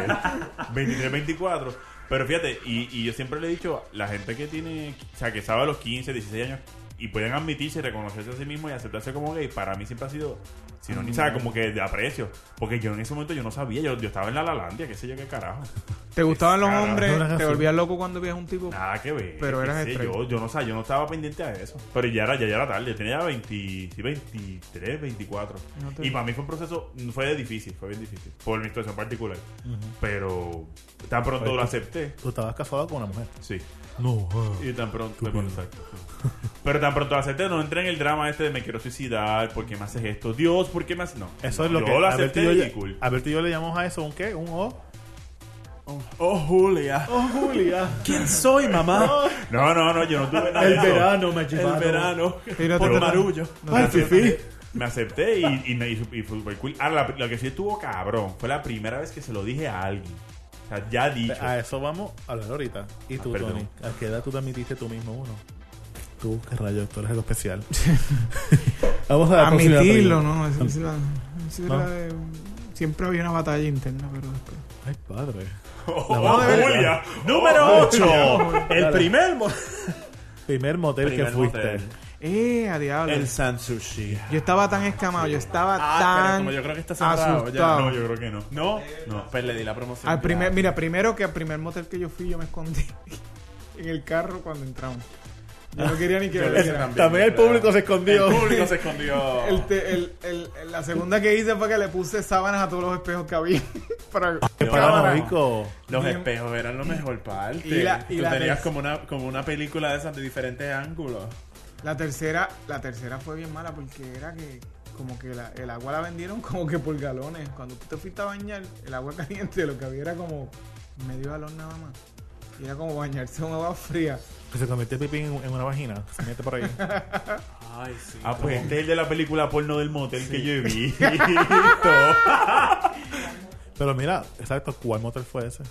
23, 24. Pero fíjate, y, y yo siempre le he dicho, la gente que tiene, o sea, que sabe a los 15, 16 años y pueden admitirse, reconocerse a sí mismo y aceptarse como gay, para mí siempre ha sido sinónimo, o sea, como que de aprecio. Porque yo en ese momento yo no sabía, yo, yo estaba en la Lalandia, qué sé yo qué carajo.
¿Te gustaban los
Carajo,
no era
hombres?
así.
¿Te volvías loco cuando veías un tipo?
Nada que ver.
Pero
qué
eras
sé
straight.
yo, yo no sabía, yo no estaba pendiente a eso. Pero ya era, ya, ya era tarde, yo tenía ya 20, sí, 23, 24.
No te-
Y para mí fue un proceso, fue difícil, fue bien difícil, por mi situación particular. Pero tan pronto lo acepté.
Tú estabas casado con una mujer.
Sí.
No.
Y tan pronto. bueno, exacto. Pero tan pronto lo acepté, no entré en el drama este de me quiero suicidar, ¿por qué me haces esto? Dios, ¿por qué me haces? No.
Eso es lo
No, yo
que
lo
a ver, tú
acepté
y yo-
y cool.
a ver, tú y yo le llamamos a eso un qué? Un O.
Oh, Julia.
Oh, Julia.
¿Quién soy, mamá?
Oh,
No, no, no, yo no tuve nada de eso.
me
El verano.
Y no te-
Por marullo.
Me
Ay,
acepté-
fifí.
Me acepté
Ah,
y, y, me- y, fue- y fue super cool. Ahora, la- lo que sí estuvo cabrón fue la primera vez que se lo dije a alguien. sea, ya dicho.
A eso vamos a hablar ahorita. Y tú,
Ah, perdón.
Tony, ¿a qué edad tú te admitiste tú mismo uno? Tú, qué rayos, tú eres el especial. vamos a la próxima
Admitirlo,
pregunta.
¿no? Esa- esa era- esa era
No.
de- Siempre había una batalla interna, pero después.
Ay, padre.
Oh, de verdad. Número 8. El primer mo-
Primer motel
Primer
que fuiste.
motel.
¡Eh, a diablo!
El Sansushi.
Yo estaba tan escamado, yo estaba
Ah, pero
tan.
como yo creo que está cerrado, ya.
asustado.
No, yo creo que no.
No,
No.
no, pues le di la promoción.
Al primer,
Ya.
mira, primero que al primer motel que yo fui, yo me escondí en el carro cuando entramos. Yo no quería ni que
Yo
lo
lo hice
vieran.
También el público se escondió.
El público se escondió.
El te- el- el- la segunda que hice fue que le puse sábanas a todos los espejos que había. para-
Para
Cámara.
rico.
Los
Bien.
espejos eran lo mejor parte.
Y la- y
Tú
la
tenías
terc-
como una, como una película de esas de diferentes ángulos.
La tercera, la tercera fue bien mala porque era que como que la- el agua la vendieron como que por galones. Cuando tú te fuiste a bañar, el agua caliente lo que había era como medio galón nada más. Y era como bañarse en agua fría.
Que se convierte pipí en, en una vagina. Se mete por ahí.
Ay, sí.
Ah, pues este es el de la película porno del motel que yo he visto.
Pero mira, exacto, ¿cuál motel fue ese?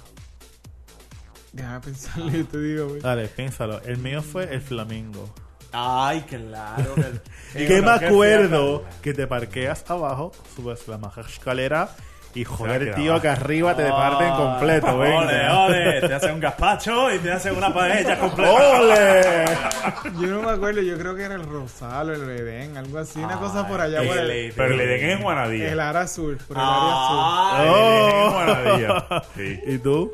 Déjame pensarlo y te digo, güey.
Dale, piénsalo. El mío fue el Flamingo.
Ay, claro.
Y que me acuerdo que te parqueas abajo, subes la maja escalera y joder,
que
tío,
abajo.
que arriba te parten completo,
Ole,
venga.
ole. Te hace un gazpacho y te hace una paella completa.
¡Ole!
Yo no me acuerdo, yo creo que era el Rosal o el Edén, algo así, una cosa por allá,
Ay,
por el,
Edén.
Pero le den en Juanadía.
el Ara Sur, por el
Ah.
área sur.
Ay,
¡Oh! Sí.
¿Y tú?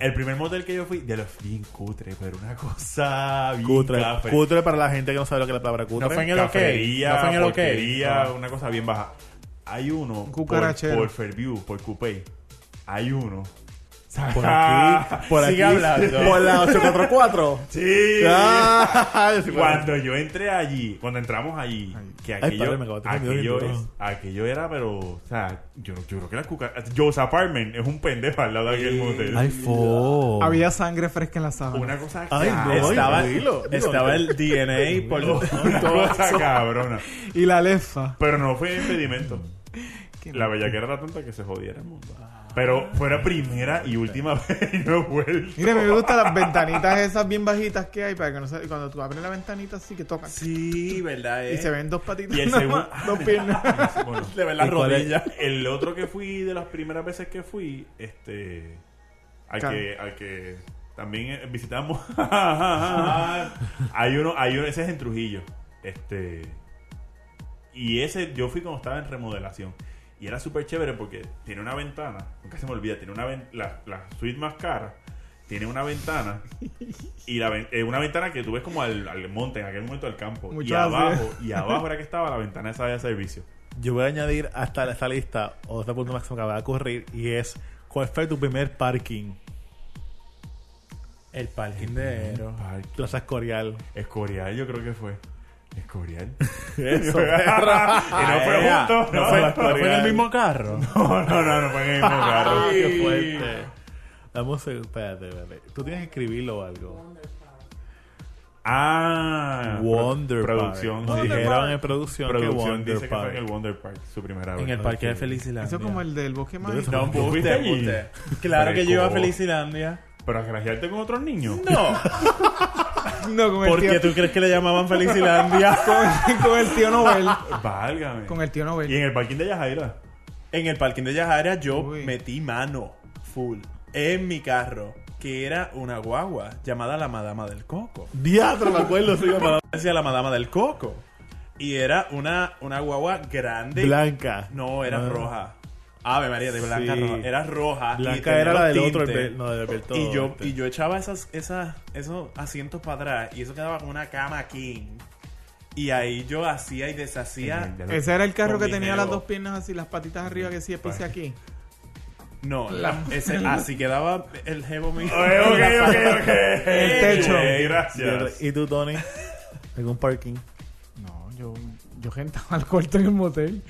El primer motel que yo fui, de los bien cutre, pero una cosa bien
Cutre.
cafre.
Cutre para la gente que no sabe lo que es la palabra cutre.
No fue en el OK.
Cafrería,
No fue en el OK.
porquería,
Ah.
una cosa bien baja. Hay uno por,
cucarachero.
por Fairview, por Coupé. Hay uno.
Por aquí. Por
Sigue
aquí.
hablando.
Por la 844.
Sí.
Ah, sí,
Cuando yo entré allí, cuando entramos allí, que
Ay,
aquello,
padre, me acabo de tener miedo
aquello,
bien
es-
duro.
aquello era, pero, o sea, yo, yo creo que la cucarachas. Joe's Apartment es un pendejo al lado de aquel motel.
Ay, fo.
Había sangre fresca en la sábana.
Una cosa
Ay,
ca-
no,
Estaba,
ay, dilo, dilo.
estaba el DNA por
una cosa cabrona.
Y la lefa.
Pero no fue impedimento.
Mm.
La bellaquera era tanta que se jodiera el mundo. Pero fue la primera y última vez y no he vuelto.
Mira, me gustan las ventanitas esas bien bajitas que hay para que no se... Cuando tú abres la ventanita así que tocan.
Sí, verdad.
Y se ven dos patitas.
eh? Y el
nada
segundo-
más, dos piernas.
Bueno,
Le ven las
¿Y cuál es?
rodillas.
el otro que fui, de las primeras veces que fui, este. Al
Claro.
que, al que también eh, visitamos. hay uno, hay uno, ese es en Trujillo. Este. Y ese yo fui cuando estaba en remodelación. Y era súper chévere porque tiene una ventana. Nunca se me olvida, tiene una ven- la, la suite más cara. Tiene una ventana. Y la ven- eh, una ventana que tú ves como al, al monte, en aquel momento al campo.
Mucho
y
así.
abajo, y abajo era que estaba la ventana esa de servicio.
Yo voy a añadir hasta esta lista otro punto más que se me acaba de ocurrir y es ¿cuál fue tu primer parking? El parking de
Parque.
Plaza Escorial.
Escorial, yo creo que fue. Escorial.
Eso.
y no fue
Ah,
junto.
no fue- no fue en el
mismo carro. No, no, no, no fue en el mismo carro.
Ah, qué fuerte. Vamos a espérate, espérate. Tú tienes que escribirlo o algo.
Ah,
Wonder
pro-
Park.
Producción.
Nos
sí.
dijeron en producción, que
Producción
Wonder
dice que
Park.
fue en el Wonder Park, su primera vez.
En el parque de Felicilandia.
Eso es como el del bosque mágico.
No,
¿Tú fuiste
embuste,
allí?
embuste. Claro que yo iba a
Fresco.
Felicilandia.
Pero a grajearte con otros niños.
No,
No, con el
porque
tío...
tú crees que le llamaban Felicilandia.
Con, con el tío Nobel.
Válgame.
Con el tío
Pues
Y
Nobel.
en el parking de Yajaira.
En el parking de Yajaira yo
Uy.
metí mano full en mi carro, que era una guagua llamada la Madama del Coco.
Diablo, me acuerdo, se llama
Decía la Madama del Coco. Y era una, una guagua grande.
Blanca.
No, era
Ah.
roja. Ave María, de blanca
Sí.
roja. Era roja. y
Blanca
tenía
era la
los
del otro,
tintes.
Albert- no, de Alberto
Y yo,
este.
y yo echaba esas, esas, esos asientos para atrás y eso quedaba como una cama king. Y ahí yo hacía y deshacía.
Ese era el carro
Con
que
mi
tenía
neo.
las dos piernas así, las patitas arriba que sí, pise aquí.
No, la- ese, así quedaba el jevo mío.
Ok, ok, ok.
El techo.
Eh, gracias.
¿Y tú, Tony? ¿Algún parking?
No, yo, yo gente al corto en el motel.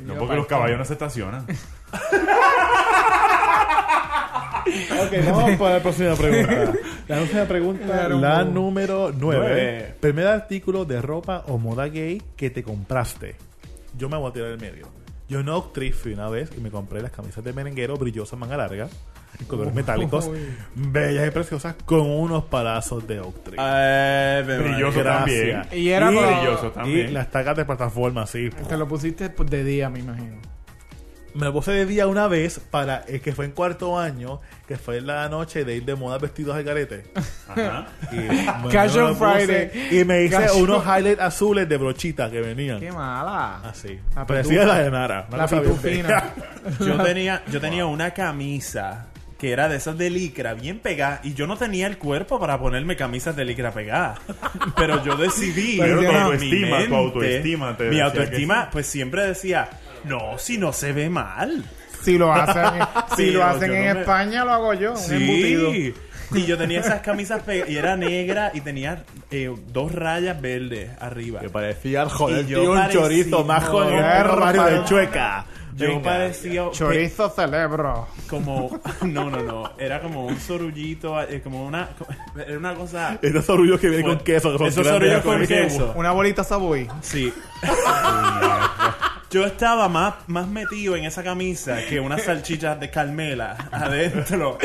No, porque los caballos no se estacionan.
Ok, vamos para la próxima pregunta. La próxima pregunta,
Claro.
la número 9.
Nueve.
Primer artículo de ropa o moda gay que te compraste. Yo me voy a tirar el medio. Yo en Octree fui una vez y me compré las camisas de merenguero brillosas manga larga, en colores metálicos, bellas y preciosas, con unos palazos de Octree.
Ah, Eh,
Brilloso
Gracias.
también.
Y era para-
Brilloso
y
también.
las tacas de plataforma, así.
Te lo pusiste pues, de día, me imagino.
Me lo puse de día una vez para el que fue en cuarto año, que fue la noche de ir de moda vestidos al garete.
Ajá.
Y me-
Casual
me lo puse
Friday.
Y me hice
Casual-
unos highlights azules de brochita que venían.
Qué
Ah,
mala.
Así.
La
Parecía
pitufa.
la de Nara. una
La
cosa bien
pitufina.
fea.
Yo tenía, yo tenía una camisa que era de esas de licra bien pegada y yo no tenía el cuerpo para ponerme camisas de licra pegada. Pero yo decidí.
Pero tu
en mi
autoestima, tu autoestima te
mi
decía
autoestima, pues siempre decía, no, si no se ve mal.
Si lo hacen, si
Pero
lo hacen
yo
en
no me-
España, lo hago yo. Un embutido.
Sí. Y yo tenía esas camisas pegadas y era negra y tenía eh, dos rayas verdes arriba.
Que parecía el joder,
Y yo
tío, un
parecía-
chorizo más joder que un
Joder,
armario de
Rafael.
chueca.
Yo
Venga.
parecía pe-
Chorizo celebro.
como no no no era como un sorullito eh, como una era una cosa
Esos orullos que vienen con queso. Que son
Esos
grandes,
orullos con
como-
queso.
Una bolita saboy.
Sí. Yo estaba más, más metido en esa camisa que unas salchichas de Carmela adentro.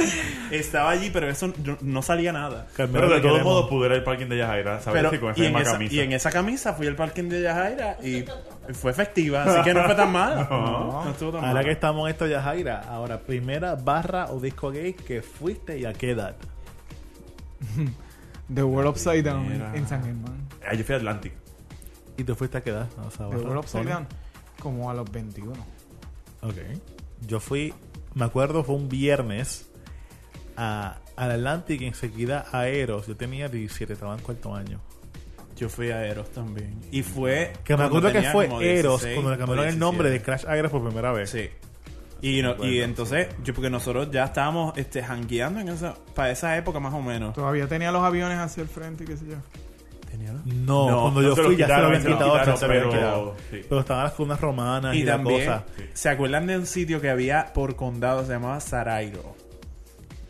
Estaba allí, pero eso no, no salía nada.
Carmelo,
Pero de
te
todos
queremos.
modos pudiera el parking de Yajaira, ¿sabes?
Pero,
si con esa
y, en
misma
esa,
camisa.
y en esa camisa fui al parking de Yajaira y fue efectiva, así que no fue tan mal. No, no estuvo tan
Ahora
mal.
que estamos en esto, Yajaira, ahora, primera barra o disco gay que fuiste y a qué edad.
The World Upside Down en San Germán.
Ah, yo fui a Atlantic.
Y te fuiste a qué edad. O sea,
The
barra,
World Upside
solo.
Down. Como a los 21.
pues,
Ok. Yo fui, me acuerdo, fue un viernes a, al Atlantic y enseguida a Eros. Yo tenía 17, estaba en cuarto año.
Yo fui a Eros también. Y fue.
Que me acuerdo
cuando
que
tenía
fue
como
Eros
16
cuando le
o
cambiaron el nombre
17.
de Crash a Eros por primera vez.
Sí. Y, no- y
Bueno,
entonces, yo porque nosotros ya estábamos este, jangueando en esa, para esa época más o menos.
Todavía tenía los aviones hacia el frente y qué sé yo.
No,
No,
cuando
no
yo
se lo
fui ya se lo
quitaron,
habían
se lo
quitado,
quitaron,
ya se lo habían
pero-
quitado.
sí.
Pero estaban las columnas romanas y,
Y
la
también,
cosa.
¿se acuerdan de un sitio que había por condado? Se llamaba Sarairo.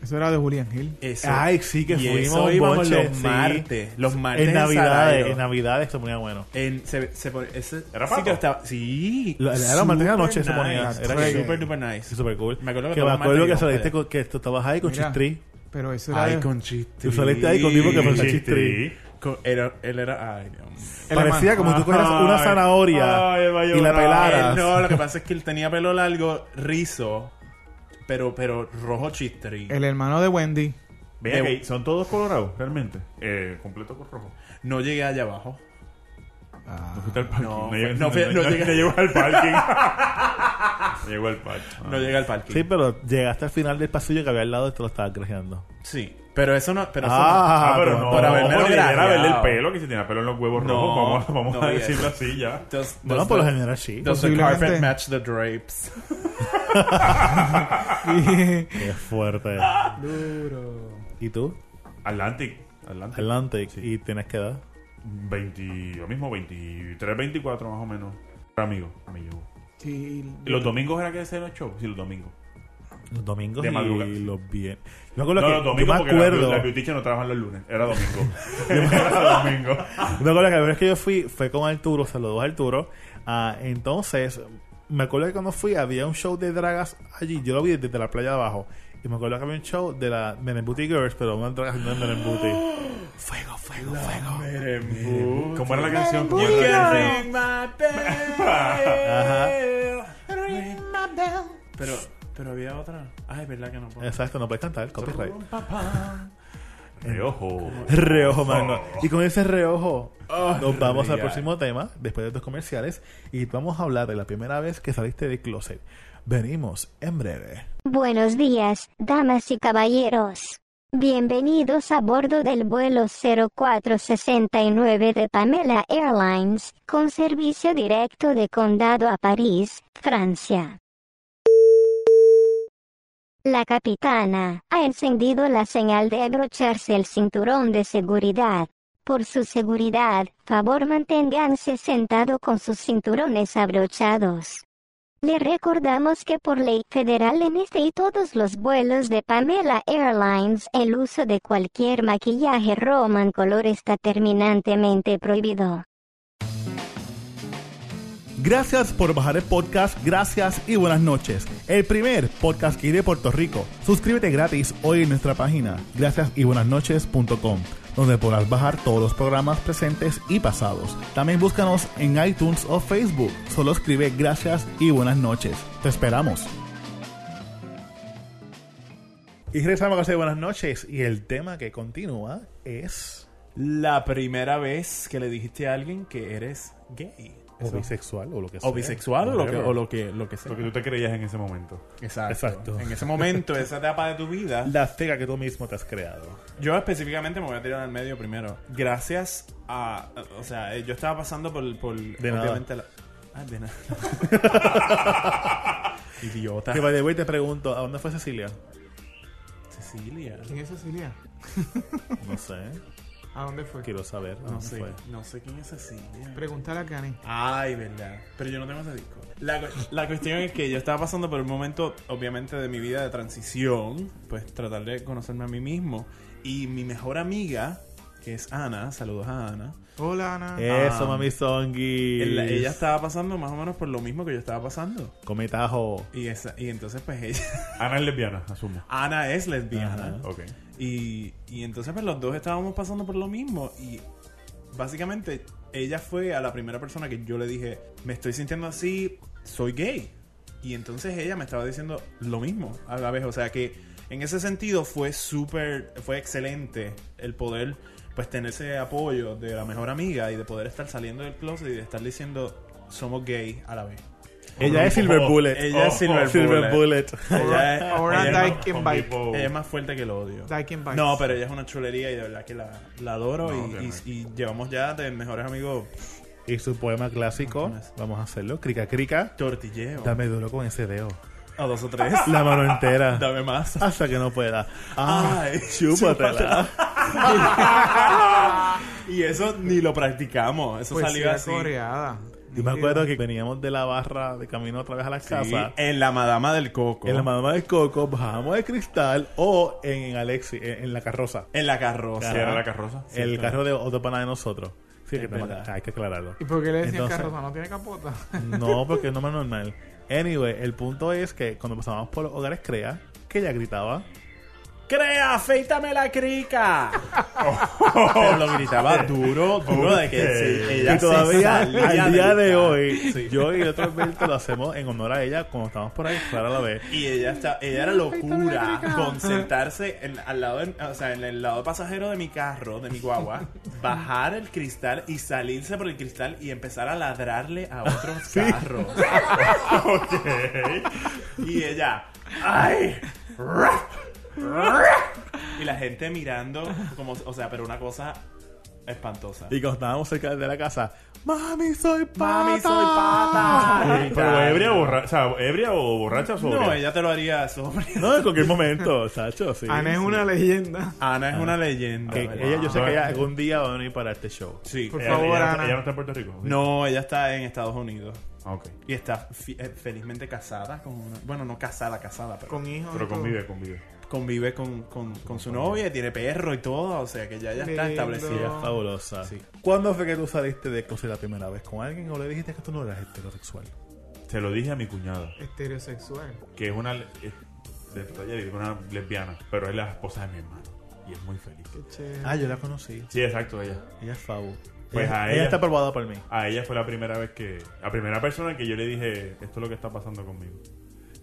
Eso era de Julián Hill.
Eso.
Ay, sí, que
Y
fuimos
eso íbamos
bonche,
los
sí.
martes. Los martes
En Navidades,
Sarairo.
en Navidades se ponía bueno.
En- se, se pon- ese
¿Era
sitio
pato?
estaba- Sí.
Lo- era los martes de la
Super
noche se ponía.
nice.
Era
Era
que-
super duper nice.
Super cool.
Me acuerdo que
que,
todos
me
los
acuerdo que
martes
saliste
íbamos
con, que tú estabas ahí con
Mira,
Chistri.
Pero eso era.
Ay,
de-
con chiste.
Tú saliste ahí conmigo que fue el Chistri.
Con- era- él era. Ay, Dios mío.
Parecía
Ah,
como tú cogieras
Ay.
una zanahoria
Ay, va a
y la
llorar.
pelaras.
Él no, lo que pasa es que él tenía pelo largo, rizo, pero, pero rojo chistri.
El hermano de Wendy.
Vean Eh, que son todos colorados, realmente. Eh, completo con rojo.
No llegué allá abajo.
Ah.
No fuiste al parking.
No,
No, llegué-
no fui- no llegué-
no llegó al parking. No llegó al parking.
No llegué al parking.
Sí,
Sí.
pero llegaste al final del pasillo que había al lado y te lo estabas grajeando.
Pero eso no. Pero eso
Ah,
Ah,
pero
pero
no.
por haberme
porque
agraviado.
era verle el pelo, que si tenía pelo en los huevos
No,
rojos. Vamos, vamos
no
a
vi
decirlo
eso.
así ya.
no. Does-
Bueno,
does
por lo
the-
general sí.
Does the carpet
Posiblemente.
match the drapes?
Qué fuerte. ¿Y tú?
Atlantic. Atlantic.
Atlantic. ¿Y tienes que dar?
20, lo mismo, 23, 24 más o menos. Era amigo, amigo.
Sí.
¿Y ¿Los domingos era que se los shows? Sí, los domingos.
Los domingos
De
y
madrugada.
los viernes. Yo me acuerdo
no,
que
los
yo
domingos
me
porque la-
acuerdo.
la, beauty teacher no trabajan los lunes. Era domingo. era domingo.
Yo Me acuerdo que la vez que yo fui fue con Arturo, saludos Arturo. Ah, entonces, me acuerdo que cuando fui había un show de dragas allí, yo lo vi desde la playa de abajo. Y me acuerdo que había un show de la Menembuti Girls, pero una dragas no de Menembuti. Fuego, fuego, fuego.
¿Cómo era la canción?
You
¿Cómo era la
can
canción?
ring my bell. Ring my bell. Pero, pero había otra. Ay, verdad que no puedo.
Exacto, no puedes cantar, copyright.
Eh, ojo.
Reojo, mano. Y con ese reojo, nos vamos al
real.
próximo tema, después de estos comerciales, y vamos a hablar de la primera vez que saliste de closet. Venimos en breve.
Buenos días, damas y caballeros. Bienvenidos a bordo del vuelo 0469 de Pamela Airlines, con servicio directo de Condado a París, Francia. La capitana ha encendido la señal de abrocharse el cinturón de seguridad. Por su seguridad, favor manténganse sentado con sus cinturones abrochados. Le recordamos que por ley federal en este y todos los vuelos de Pamela Airlines el uso de cualquier maquillaje roman color está terminantemente prohibido.
Gracias por bajar el podcast, gracias y buenas noches. El primer podcast que hay de Puerto Rico. Suscríbete gratis hoy en nuestra página, gracias y buenas donde podrás bajar todos los programas presentes y pasados. También búscanos en iTunes o Facebook. Solo escribe gracias y buenas noches. Te esperamos. Y regresamos a casa de buenas noches. Y el tema que continúa es
La primera vez que le dijiste a alguien que eres gay.
o
Eso.
bisexual o lo que sea.
O bisexual o lo que, o lo que, lo que sea.
Lo que tú te creías en ese momento.
Exacto.
Exacto.
En ese momento, esa etapa de tu vida,
La cega que tú mismo te has creado.
Yo específicamente me voy a tirar al medio primero. Gracias a. O sea, eh, yo estaba pasando por. por
De nada.
obviamente la- Ah, de nada. Idiota.
Que by the way te pregunto, ¿a dónde fue Cecilia?
Cecilia.
¿Quién es Cecilia?
No sé.
¿A dónde fue?
Quiero saber.
Ah,
¿a
No
dónde
sé,
fue?
no sé quién es Cecilia.
Preguntar a Cani.
Ay, verdad. Pero yo no tengo ese disco. La, cu- la cuestión es que yo estaba pasando por un momento, obviamente, de mi vida de transición. Pues tratar de conocerme a mí mismo. Y mi mejor amiga, que es Ana, saludos a Ana.
Hola, Ana.
Eh,
Eso,
Ah.
mami Songi.
Ella- ella estaba pasando más o menos por lo mismo que yo estaba pasando.
Cometajo.
Y, esa, y entonces, pues ella.
Ana es lesbiana, asumo. Ah,
Ana es lesbiana.
Ok.
Y, y entonces, pues los dos estábamos pasando por lo mismo. Y básicamente, ella fue a la primera persona que yo le dije: Me estoy sintiendo así, soy gay. Y entonces ella me estaba diciendo lo mismo a la vez. O sea que en ese sentido fue súper, fue excelente el poder pues tener ese apoyo de la mejor amiga y de poder estar saliendo del closet y de estar diciendo somos gay a la vez.
Ella es Silver
oh,
Bullet.
ella es Silver
Bullet.
Bullet. Ella es-
Ahora
ella es-
Daiken
Con
Bike.
tipo-
ella es más fuerte que el odio.
Daiken Bike.
No, pero ella es una chulería y de verdad que la, la adoro
No,
y,
que
y-
no.
y llevamos ya de mejores amigos
Y su poema clásico.
Antones.
Vamos a hacerlo. Crica, crica.
tortilleo.
Dame duro con ese dedo.
a dos o tres.
La mano entera.
Dame más.
Hasta que no pueda. Ah,
Ay,
chúpatela.
y eso ni lo practicamos.
Pues
Eso salió
Poesía
así.
coreada.
Yo me acuerdo que veníamos de la barra de camino otra vez a la
Sí,
casa.
en la madama del coco.
En la mamá de Coco, bajamos de cristal o en Alexi, en, en la carroza.
En la carroza.
¿Qué era la carroza?
el carro de otro pana de nosotros. Sí, que tenemos-
verdad.
hay que aclararlo.
¿Y por qué le decían
Entonces-
carroza? ¿No tiene capota?
No, porque es nombre normal. Anyway, el punto es que cuando pasábamos por los hogares Crea, que ella gritaba.
Crea, afeítame la crica. Pero lo gritaba duro, duro de que sí, ella
y todavía
se salía
al día
del
de
carro.
hoy,
Sí.
yo y otro Alberto lo hacemos en honor a ella cuando estábamos por ahí, claro, a la vez.
Y ella está, ella era locura con sentarse en- al lado, en- o sea, en el lado pasajero de mi carro, de mi guagua, bajar el cristal y salirse por el cristal y empezar a ladrarle a otros carros. Y ella, ay, ra, ra. y la gente mirando, como, o sea, pero una cosa espantosa.
Y cuando estábamos cerca de la casa, ¡Mami, soy pata!
Mami, soy pata.
Pero ebria o borracha, o sea, ebria o borracha sobre.
No, ella te lo haría sobre.
No, en cualquier momento, Sacho, sí. Ah,
Ana es una leyenda.
Ana es una leyenda.
Que
¿verdad?
ella, yo sé que ella algún día va a venir para este show.
Sí. eh,
Por
Ella-
favor,
ella, no está-
Ana.
ella no está en Puerto Rico. ¿sí?
No, ella está en Estados Unidos.
Ah, ok.
Y está fi- eh, felizmente casada con una... Bueno, no casada, casada, pero
Con hijos.
Pero
y todo.
convive, convive.
convive con, con- con su novia y tiene perro y todo. O sea, que ya, ya está
Lindo.
establecida.
Fabulosa.
Sí.
¿Cuándo fue que tú saliste de cosas la primera vez con alguien o le dijiste que tú no eras heterosexual?
Se lo dije a mi cuñada,
Estereosexual.
que es una. es- de detalle, es una lesbiana, pero es la esposa de mi hermano. Y es muy feliz.
Qué chévere.
Ah, yo la conocí.
Sí, exacto, ella.
Ella es Fabu.
Pues
ella,
a
ella
ella.
está aprobada por mí.
A ella fue la primera vez que. La primera persona que yo le dije, esto es lo que está pasando conmigo.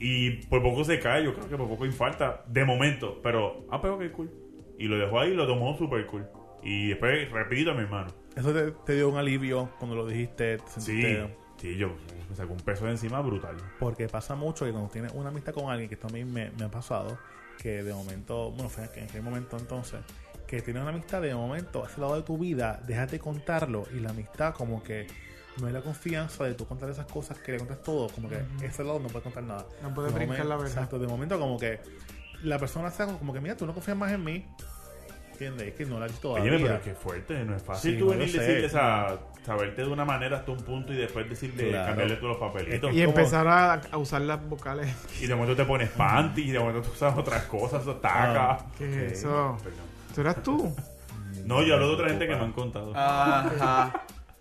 Y por poco se cae, yo creo que por poco infarta, de momento. Pero, ah, pero que cool. Y lo dejó ahí y lo tomó súper cool. Y después, repito, a mi hermano.
Eso te, te dio un alivio cuando lo dijiste. te
Sí,
sentiste-
sí, yo me sacó un peso de encima brutal.
Porque pasa mucho que cuando tienes una amistad con alguien, que esto a mí me, me ha pasado, que de momento, bueno, fue en aquel momento entonces, que tienes una amistad de momento, a ese lado de tu vida, déjate contarlo y la amistad como que no hay la confianza de tú contar esas cosas que le contas todo, como que ese lado no puede contar nada.
No puede
De
brincar
momento-
la verja.
Exacto, de momento como que la persona sea como que, mira, tú no confías más en mí, ¿entiendes? Es que no la has visto todavía.
Oye, pero qué fuerte, no es fácil.
Sí,
tú
no,
venir
yo sé.
decirle, esa- saberte de una manera hasta un punto y después decirle,
Claro.
cambiarle todos los papelitos.
Y
¿Cómo?
empezar a, a usar las vocales.
Y de momento te pones panty, y de momento tú usas otras cosas, eso taca.
Ah,
¿qué es eso?
perdón.
¿Tú eras tú? Ah,
No, yo hablo de otra gente que me han contado.
Ajá.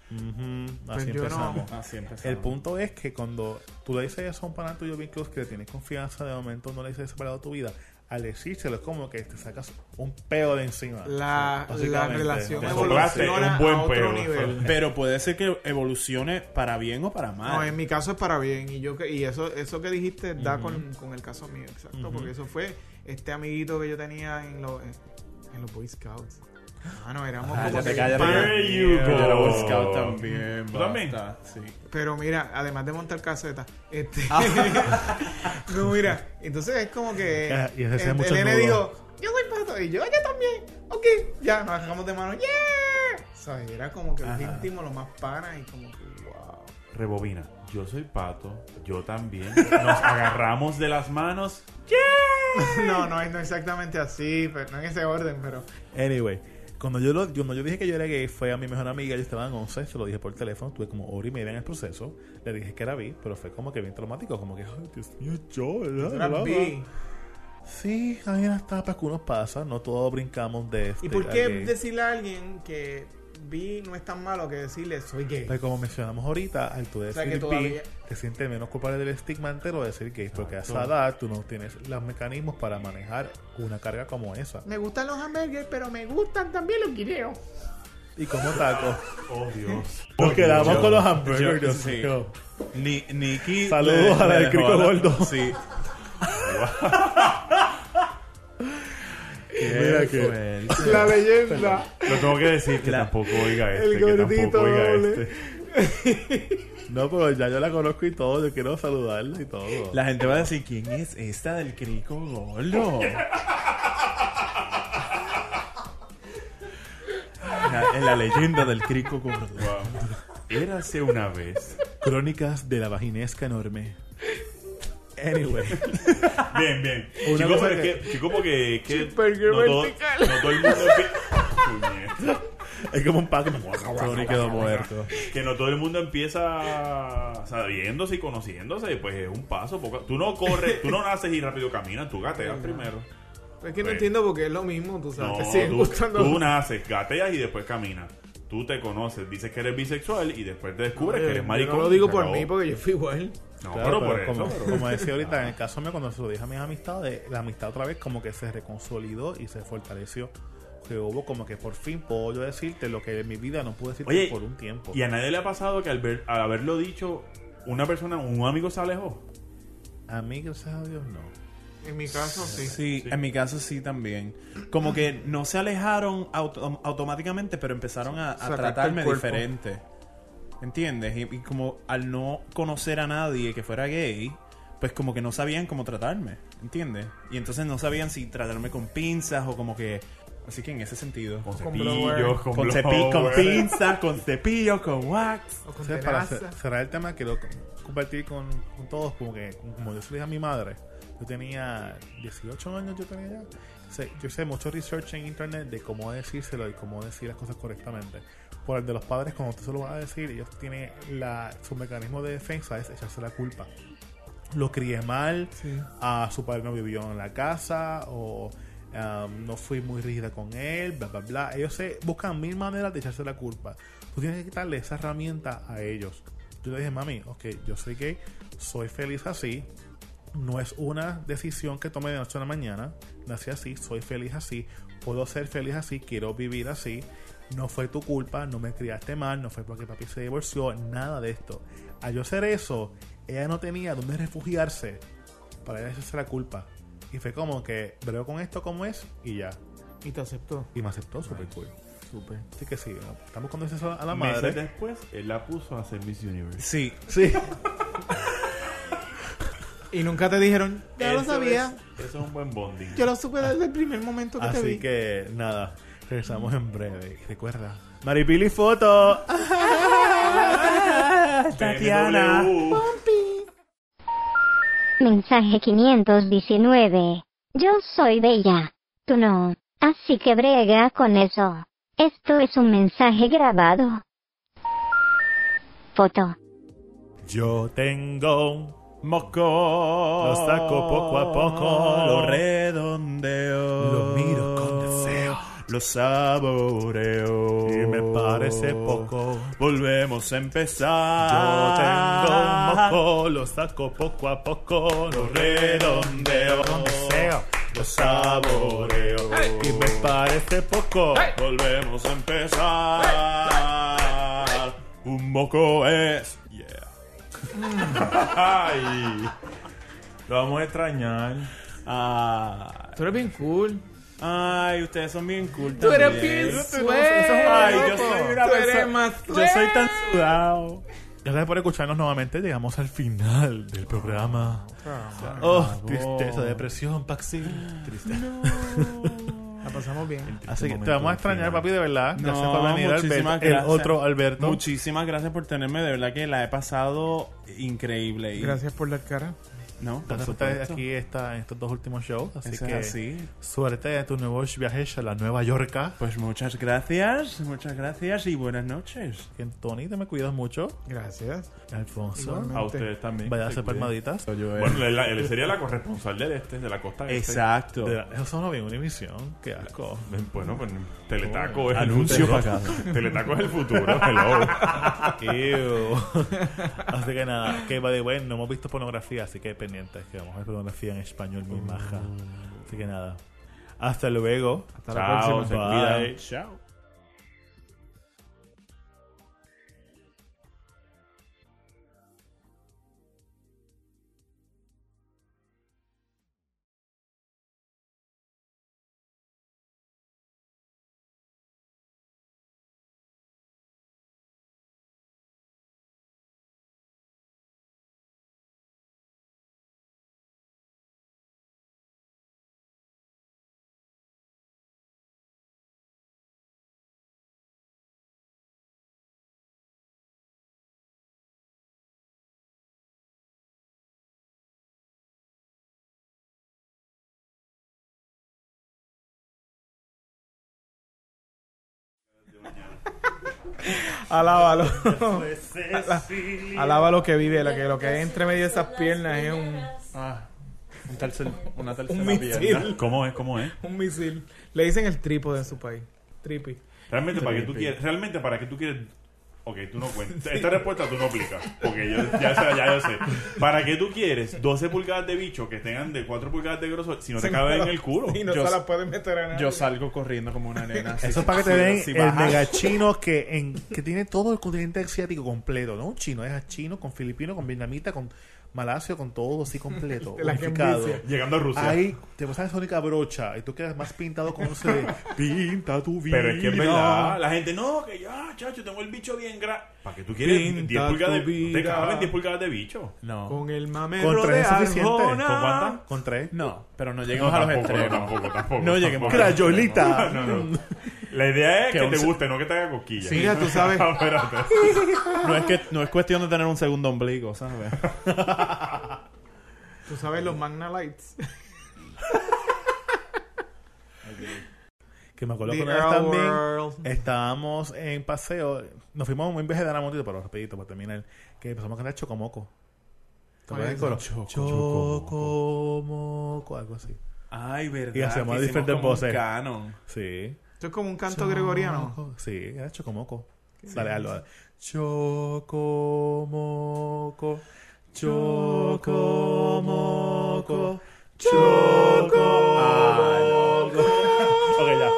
Ujú,
Pues
Mm, Así
yo no-
empezamos.
Así
El
empezamos.
punto es que cuando tú le dices eso a un pana tuyo bien close que le tienes confianza, de momento no le dices separado tu vida, al decírselo es como que te sacas un peo de encima.
La,
O sea,
la
básicamente,
relación
¿no?
Te soplaste
evoluciona
un buen
a otro
peo.
nivel.
Pero puede ser que evolucione para bien o para mal.
No, en mi caso es para bien. Y yo que- y eso, eso que dijiste da con, con el caso mío, exacto. Porque eso fue este amiguito que yo tenía en, los en, en los Boy Scouts. Ah, no, éramos como
Cállate,
que
cállate.
pan-
There you
Yo era Boy
go.
Scout también.
¿Tú también?
basta, Sí.
Pero mira, además de montar casetas, este. no, mira, entonces es como que.
Ah, y ese
el,
sea mucho
el nene
nudo.
dijo, yo soy pato, y yo, yo también. Ok, ya, nos agarramos de mano, ¡yeah! ¿Sabes? Era como que un íntimo, lo más pana, y como que, wow.
Rebobina. Yo soy pato, yo también. Nos agarramos de las manos.
no, no es no exactamente así, pero no en ese orden, pero.
Anyway, cuando yo, lo, cuando yo dije que yo era gay, fue a mi mejor amiga, yo estaba en 11, se lo dije por teléfono, tuve como hora y media en el proceso, le dije que era bi, pero fue como que bien traumático, como que, ay, Dios mío, yo, ¿verdad?
Era
Bla, bla.
bi.
Sí, hay unas tapas que uno pasa, no todos brincamos de este
¿Y por
a
qué
gay.
decirle a alguien que bi no es tan malo que decirle soy gay?
Pues como mencionamos ahorita, al tú decir
sea, que
bi,
todavía-
te sientes menos culpable del estigma entero de decir gay, porque a esa edad tú no tienes los mecanismos para manejar una carga como esa.
Me gustan los hamburgers, pero me gustan también los guineos.
Y como tacos,
Oh, Dios.
nos quedamos
yo-
con los hamburgers.
yo-
Dios
sí.
mío.
Ni, Nikki.
Saludos
le-
a la
le
del
dejó
Crico
a la-
Gordo.
Sí.
Mira que-
fuerte.
La leyenda.
Lo tengo que decir que
La-
tampoco oiga
el
este. Que
gordito
tampoco oiga
doble.
este.
No, pero ya yo la conozco y todo, yo quiero saludarla y todo.
La gente va a decir: ¿Quién es esta del Crico Gordo? La- en la leyenda del Crico Gordo.
Wow. Érase una vez.
Crónicas de la vaginesca enorme. Anyway.
Bien, bien.
Una
chico,
cosa
pero
que-
es que, chico, porque es que
Cheeseburger
no todo,
vertical.
no todo el mundo empie- Puñeta.
es como un pack.
Tony quedó muerto.
que no todo el mundo empieza sabiéndose y conociéndose, pues es un paso. Poco, tú no corres, tú no naces y rápido caminas, tú gateas primero.
Es que no
Sí.
entiendo porque es lo mismo, tú sabes.
No,
te siguen
tú,
gustando.
tú naces, gateas y después caminas. Tú te conoces, dices que eres bisexual y después te descubres
Eh,
que
Yo
eres maricón.
no lo
y
digo
se
por
acabó.
mí, porque yo fui igual.
No,
Claro,
pero,
pero
por
como,
eso.
como decía ahorita, en el caso mío, cuando se lo dije a mis amistades, la amistad otra vez como que se reconsolidó y se fortaleció. Que hubo como que por fin puedo yo decirte lo que en mi vida no pude decirte
Oye,
por un tiempo.
Y a nadie le ha pasado que al, ver- al haberlo dicho, una persona, un amigo se alejó.
A mí, gracias a Dios, no.
En mi caso, sí.
Sí, en mi caso sí también. Como que no se alejaron auto- automáticamente, pero empezaron a, a
Sacarte el
tratarme
cuerpo.
diferente. ¿Entiendes? Y, y como al no conocer a nadie que fuera gay, pues como que no sabían cómo tratarme, ¿entiendes? Y entonces no sabían si tratarme con pinzas o como que... Así que en ese sentido...
Con
Con
cepillos,
blower.
con,
Con, cepi-
blower.
con pinzas, con cepillos, con wax.
O con
Entonces, para
tenaza.
cer- cerrar el tema, quiero co- compartir con, con todos, como que como yo se lo dije a mi madre, yo tenía 18 años, yo tenía ya. Se- yo hice mucho research en internet de cómo decírselo y cómo decir las cosas correctamente. Por el de los padres, cuando tú se lo vas a decir, ellos tienen la, su mecanismo de defensa es echarse la culpa. Lo crié mal,
Sí.
a su padre no vivió en la casa o um, no fui muy rígida con él, bla, bla, bla. Ellos se buscan mil maneras de echarse la culpa. Tú tienes que quitarle esa herramienta a ellos. Yo le dije, mami, ok, yo soy gay, soy feliz así. No es una decisión que tomé de noche a la mañana. Nací así, soy feliz así, puedo ser feliz así, quiero vivir así. No fue tu culpa, no me criaste mal, no fue porque papi se divorció, nada de esto. Al yo hacer eso, ella no tenía dónde refugiarse para ella hacerse la culpa. Y fue como que brego con esto como es y ya.
Y te aceptó.
Y me aceptó súper cool.
Súper.
Así que sí, estamos con eso a la
Meses
madre.
después, él la puso a hacer Miss Universe.
Sí,
Sí.
Y nunca te dijeron, ya lo
Eso
sabía.
es- eso es un buen bonding.
Yo lo supe desde el primer momento que te vi.
Así que nada, regresamos en breve. Y recuerda, Maripili Foto.
Tatiana.
TNW.
Mensaje 519. Yo soy bella. Tú no. Así que brega con eso. Esto es un mensaje grabado. Foto.
Yo tengo.
Moco.
Lo saco poco a poco.
Lo redondeo.
Lo miro Oh. con deseo.
lo saboreo.
Y me parece poco.
Volvemos a empezar.
Yo tengo un moco, lo saco poco a poco, lo redondeo. Lo saboreo. Y me parece poco.
Volvemos a empezar. Un moco es. Yeah.
Ay, lo vamos a extrañar.
Ah.
Tú eres bien cool.
Ay, ustedes son bien cool.
Tú eres
también.
bien
Ay,
suave.
yo soy una
Tú eres
persona-
más
Yo soy tan sudado.
Gracias por escucharnos nuevamente. Llegamos al final del programa.
Este
Oh, tristeza, depresión, Paxi. Tristeza.
La pasamos bien.
Así que te vamos a extrañar, papi, de verdad.
No,
gracias por venir,
muchísimas
Alberto. El
gracias.
otro Alberto.
Muchísimas gracias por tenerme. De verdad que la he pasado increíble. y-
Gracias por dar cara.
No, por
Gracias por estar
supuesto.
aquí está, en estos dos últimos shows. Así
Eso es
que
así.
suerte de tus nuevos viajes a la Nueva York.
Pues muchas gracias, muchas gracias y buenas noches.
Y Tony, te me cuidas mucho.
Gracias.
Alfonso.
Igualmente.
A ustedes también.
Vaya a
Se
hacer
cuiden.
palmaditas.
Bueno, él, él sería la corresponsal del este, de la costa este.
Exacto.
De la- Eso sonó bien Univisión. Qué asco.
Bueno, pues Teletaco es
Anuncio
el futuro.
pagado.
Teletaco es el futuro, hello.
Ew. así que nada, que va de bueno, no hemos visto pornografía, así que pendientes que vamos a ver pornografía en español muy maja. Así que nada. Hasta luego.
Hasta la
Chao,
próxima.
se
Bye.
cuidan. Chao.
Alábalo. Alaba lo que vive, lo que, lo que hay entre medio de esas piernas es un,
Ah, un tercer, una tercera
Un misil.
pierna.
¿Cómo es? ¿Cómo es?
un misil. Le dicen el trípode en su país. Tripi.
Realmente para que tú quieres, realmente para que tú quieres Ok, tú no cuentas. Esta respuesta tú no aplicas. Porque yo ya, sé, ya yo sé. ¿Para qué tú quieres 12 pulgadas de bicho que tengan de 4 pulgadas de grosor si no te caben en el culo?
Y no
Yo-
se la pueden meter a nadie.
Yo salgo corriendo como una nena.
Eso es para que te den el mega chino que, en, que tiene todo el continente asiático completo, ¿no? Un chino, es chino, con filipino, con vietnamita, con malasio, con todo así completo.
De la que
unificado.
envicia.
Llegando a Rusia.
Ahí te pasas esa única brocha y tú quedas más pintado con ese de pinta tu vida.
Pero es que es verdad. La gente, no, que ya, chacho, tengo el bicho bien grande. ¿Para qué tú quieres
Pinta
10 pulgadas
tu
de, no te
vida.
caben 10 pulgadas de bicho?
No,
Con el mamero
Con
de
tres es suficiente. ¿Con
Arjona.
cuántas? Con tres.
no, pero no llegamos
No,
a los
tampoco, No,
extremos.
tampoco, tampoco.
No lleguemos.
tampoco.
Crayolita.
No, no. La idea es
Que
que, te
un-
guste, no que te haga cosquillas.
Mira, tú sabes.
Espérate.
No es que no es cuestión de tener un segundo ombligo, ¿sabes?
Tú sabes los Magna Lights.
Que me acuerdo
The
que una vez
Earl
también
World.
estábamos en paseo. Nos fuimos a un viaje de la montito, pero rapidito para terminar. Que empezamos a cantar Chocomoco. ¿Te acuerdas del coro? Chocomoco, algo así.
Ay, verdad.
Y hacemos
que hicimos
diferentes
como un
voces.
canon.
Sí.
Esto es como un canto gregoriano.
Chocomoco. Sí, era Chocomoco. Dale, hazlo. dale. Chocomoco. Chocomoco. Chocomoco. Ah, ok, ya.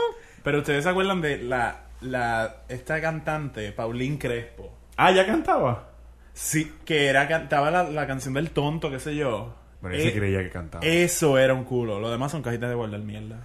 Pero ustedes se acuerdan de la, la esta cantante Pauline Crespo.
Ah, ya cantaba.
Sí, que era cantaba la, la canción del tonto, qué sé yo.
Bueno, él se
Eh,
creía que cantaba.
Eso era un culo. Lo demás son cajitas de guardar mierda.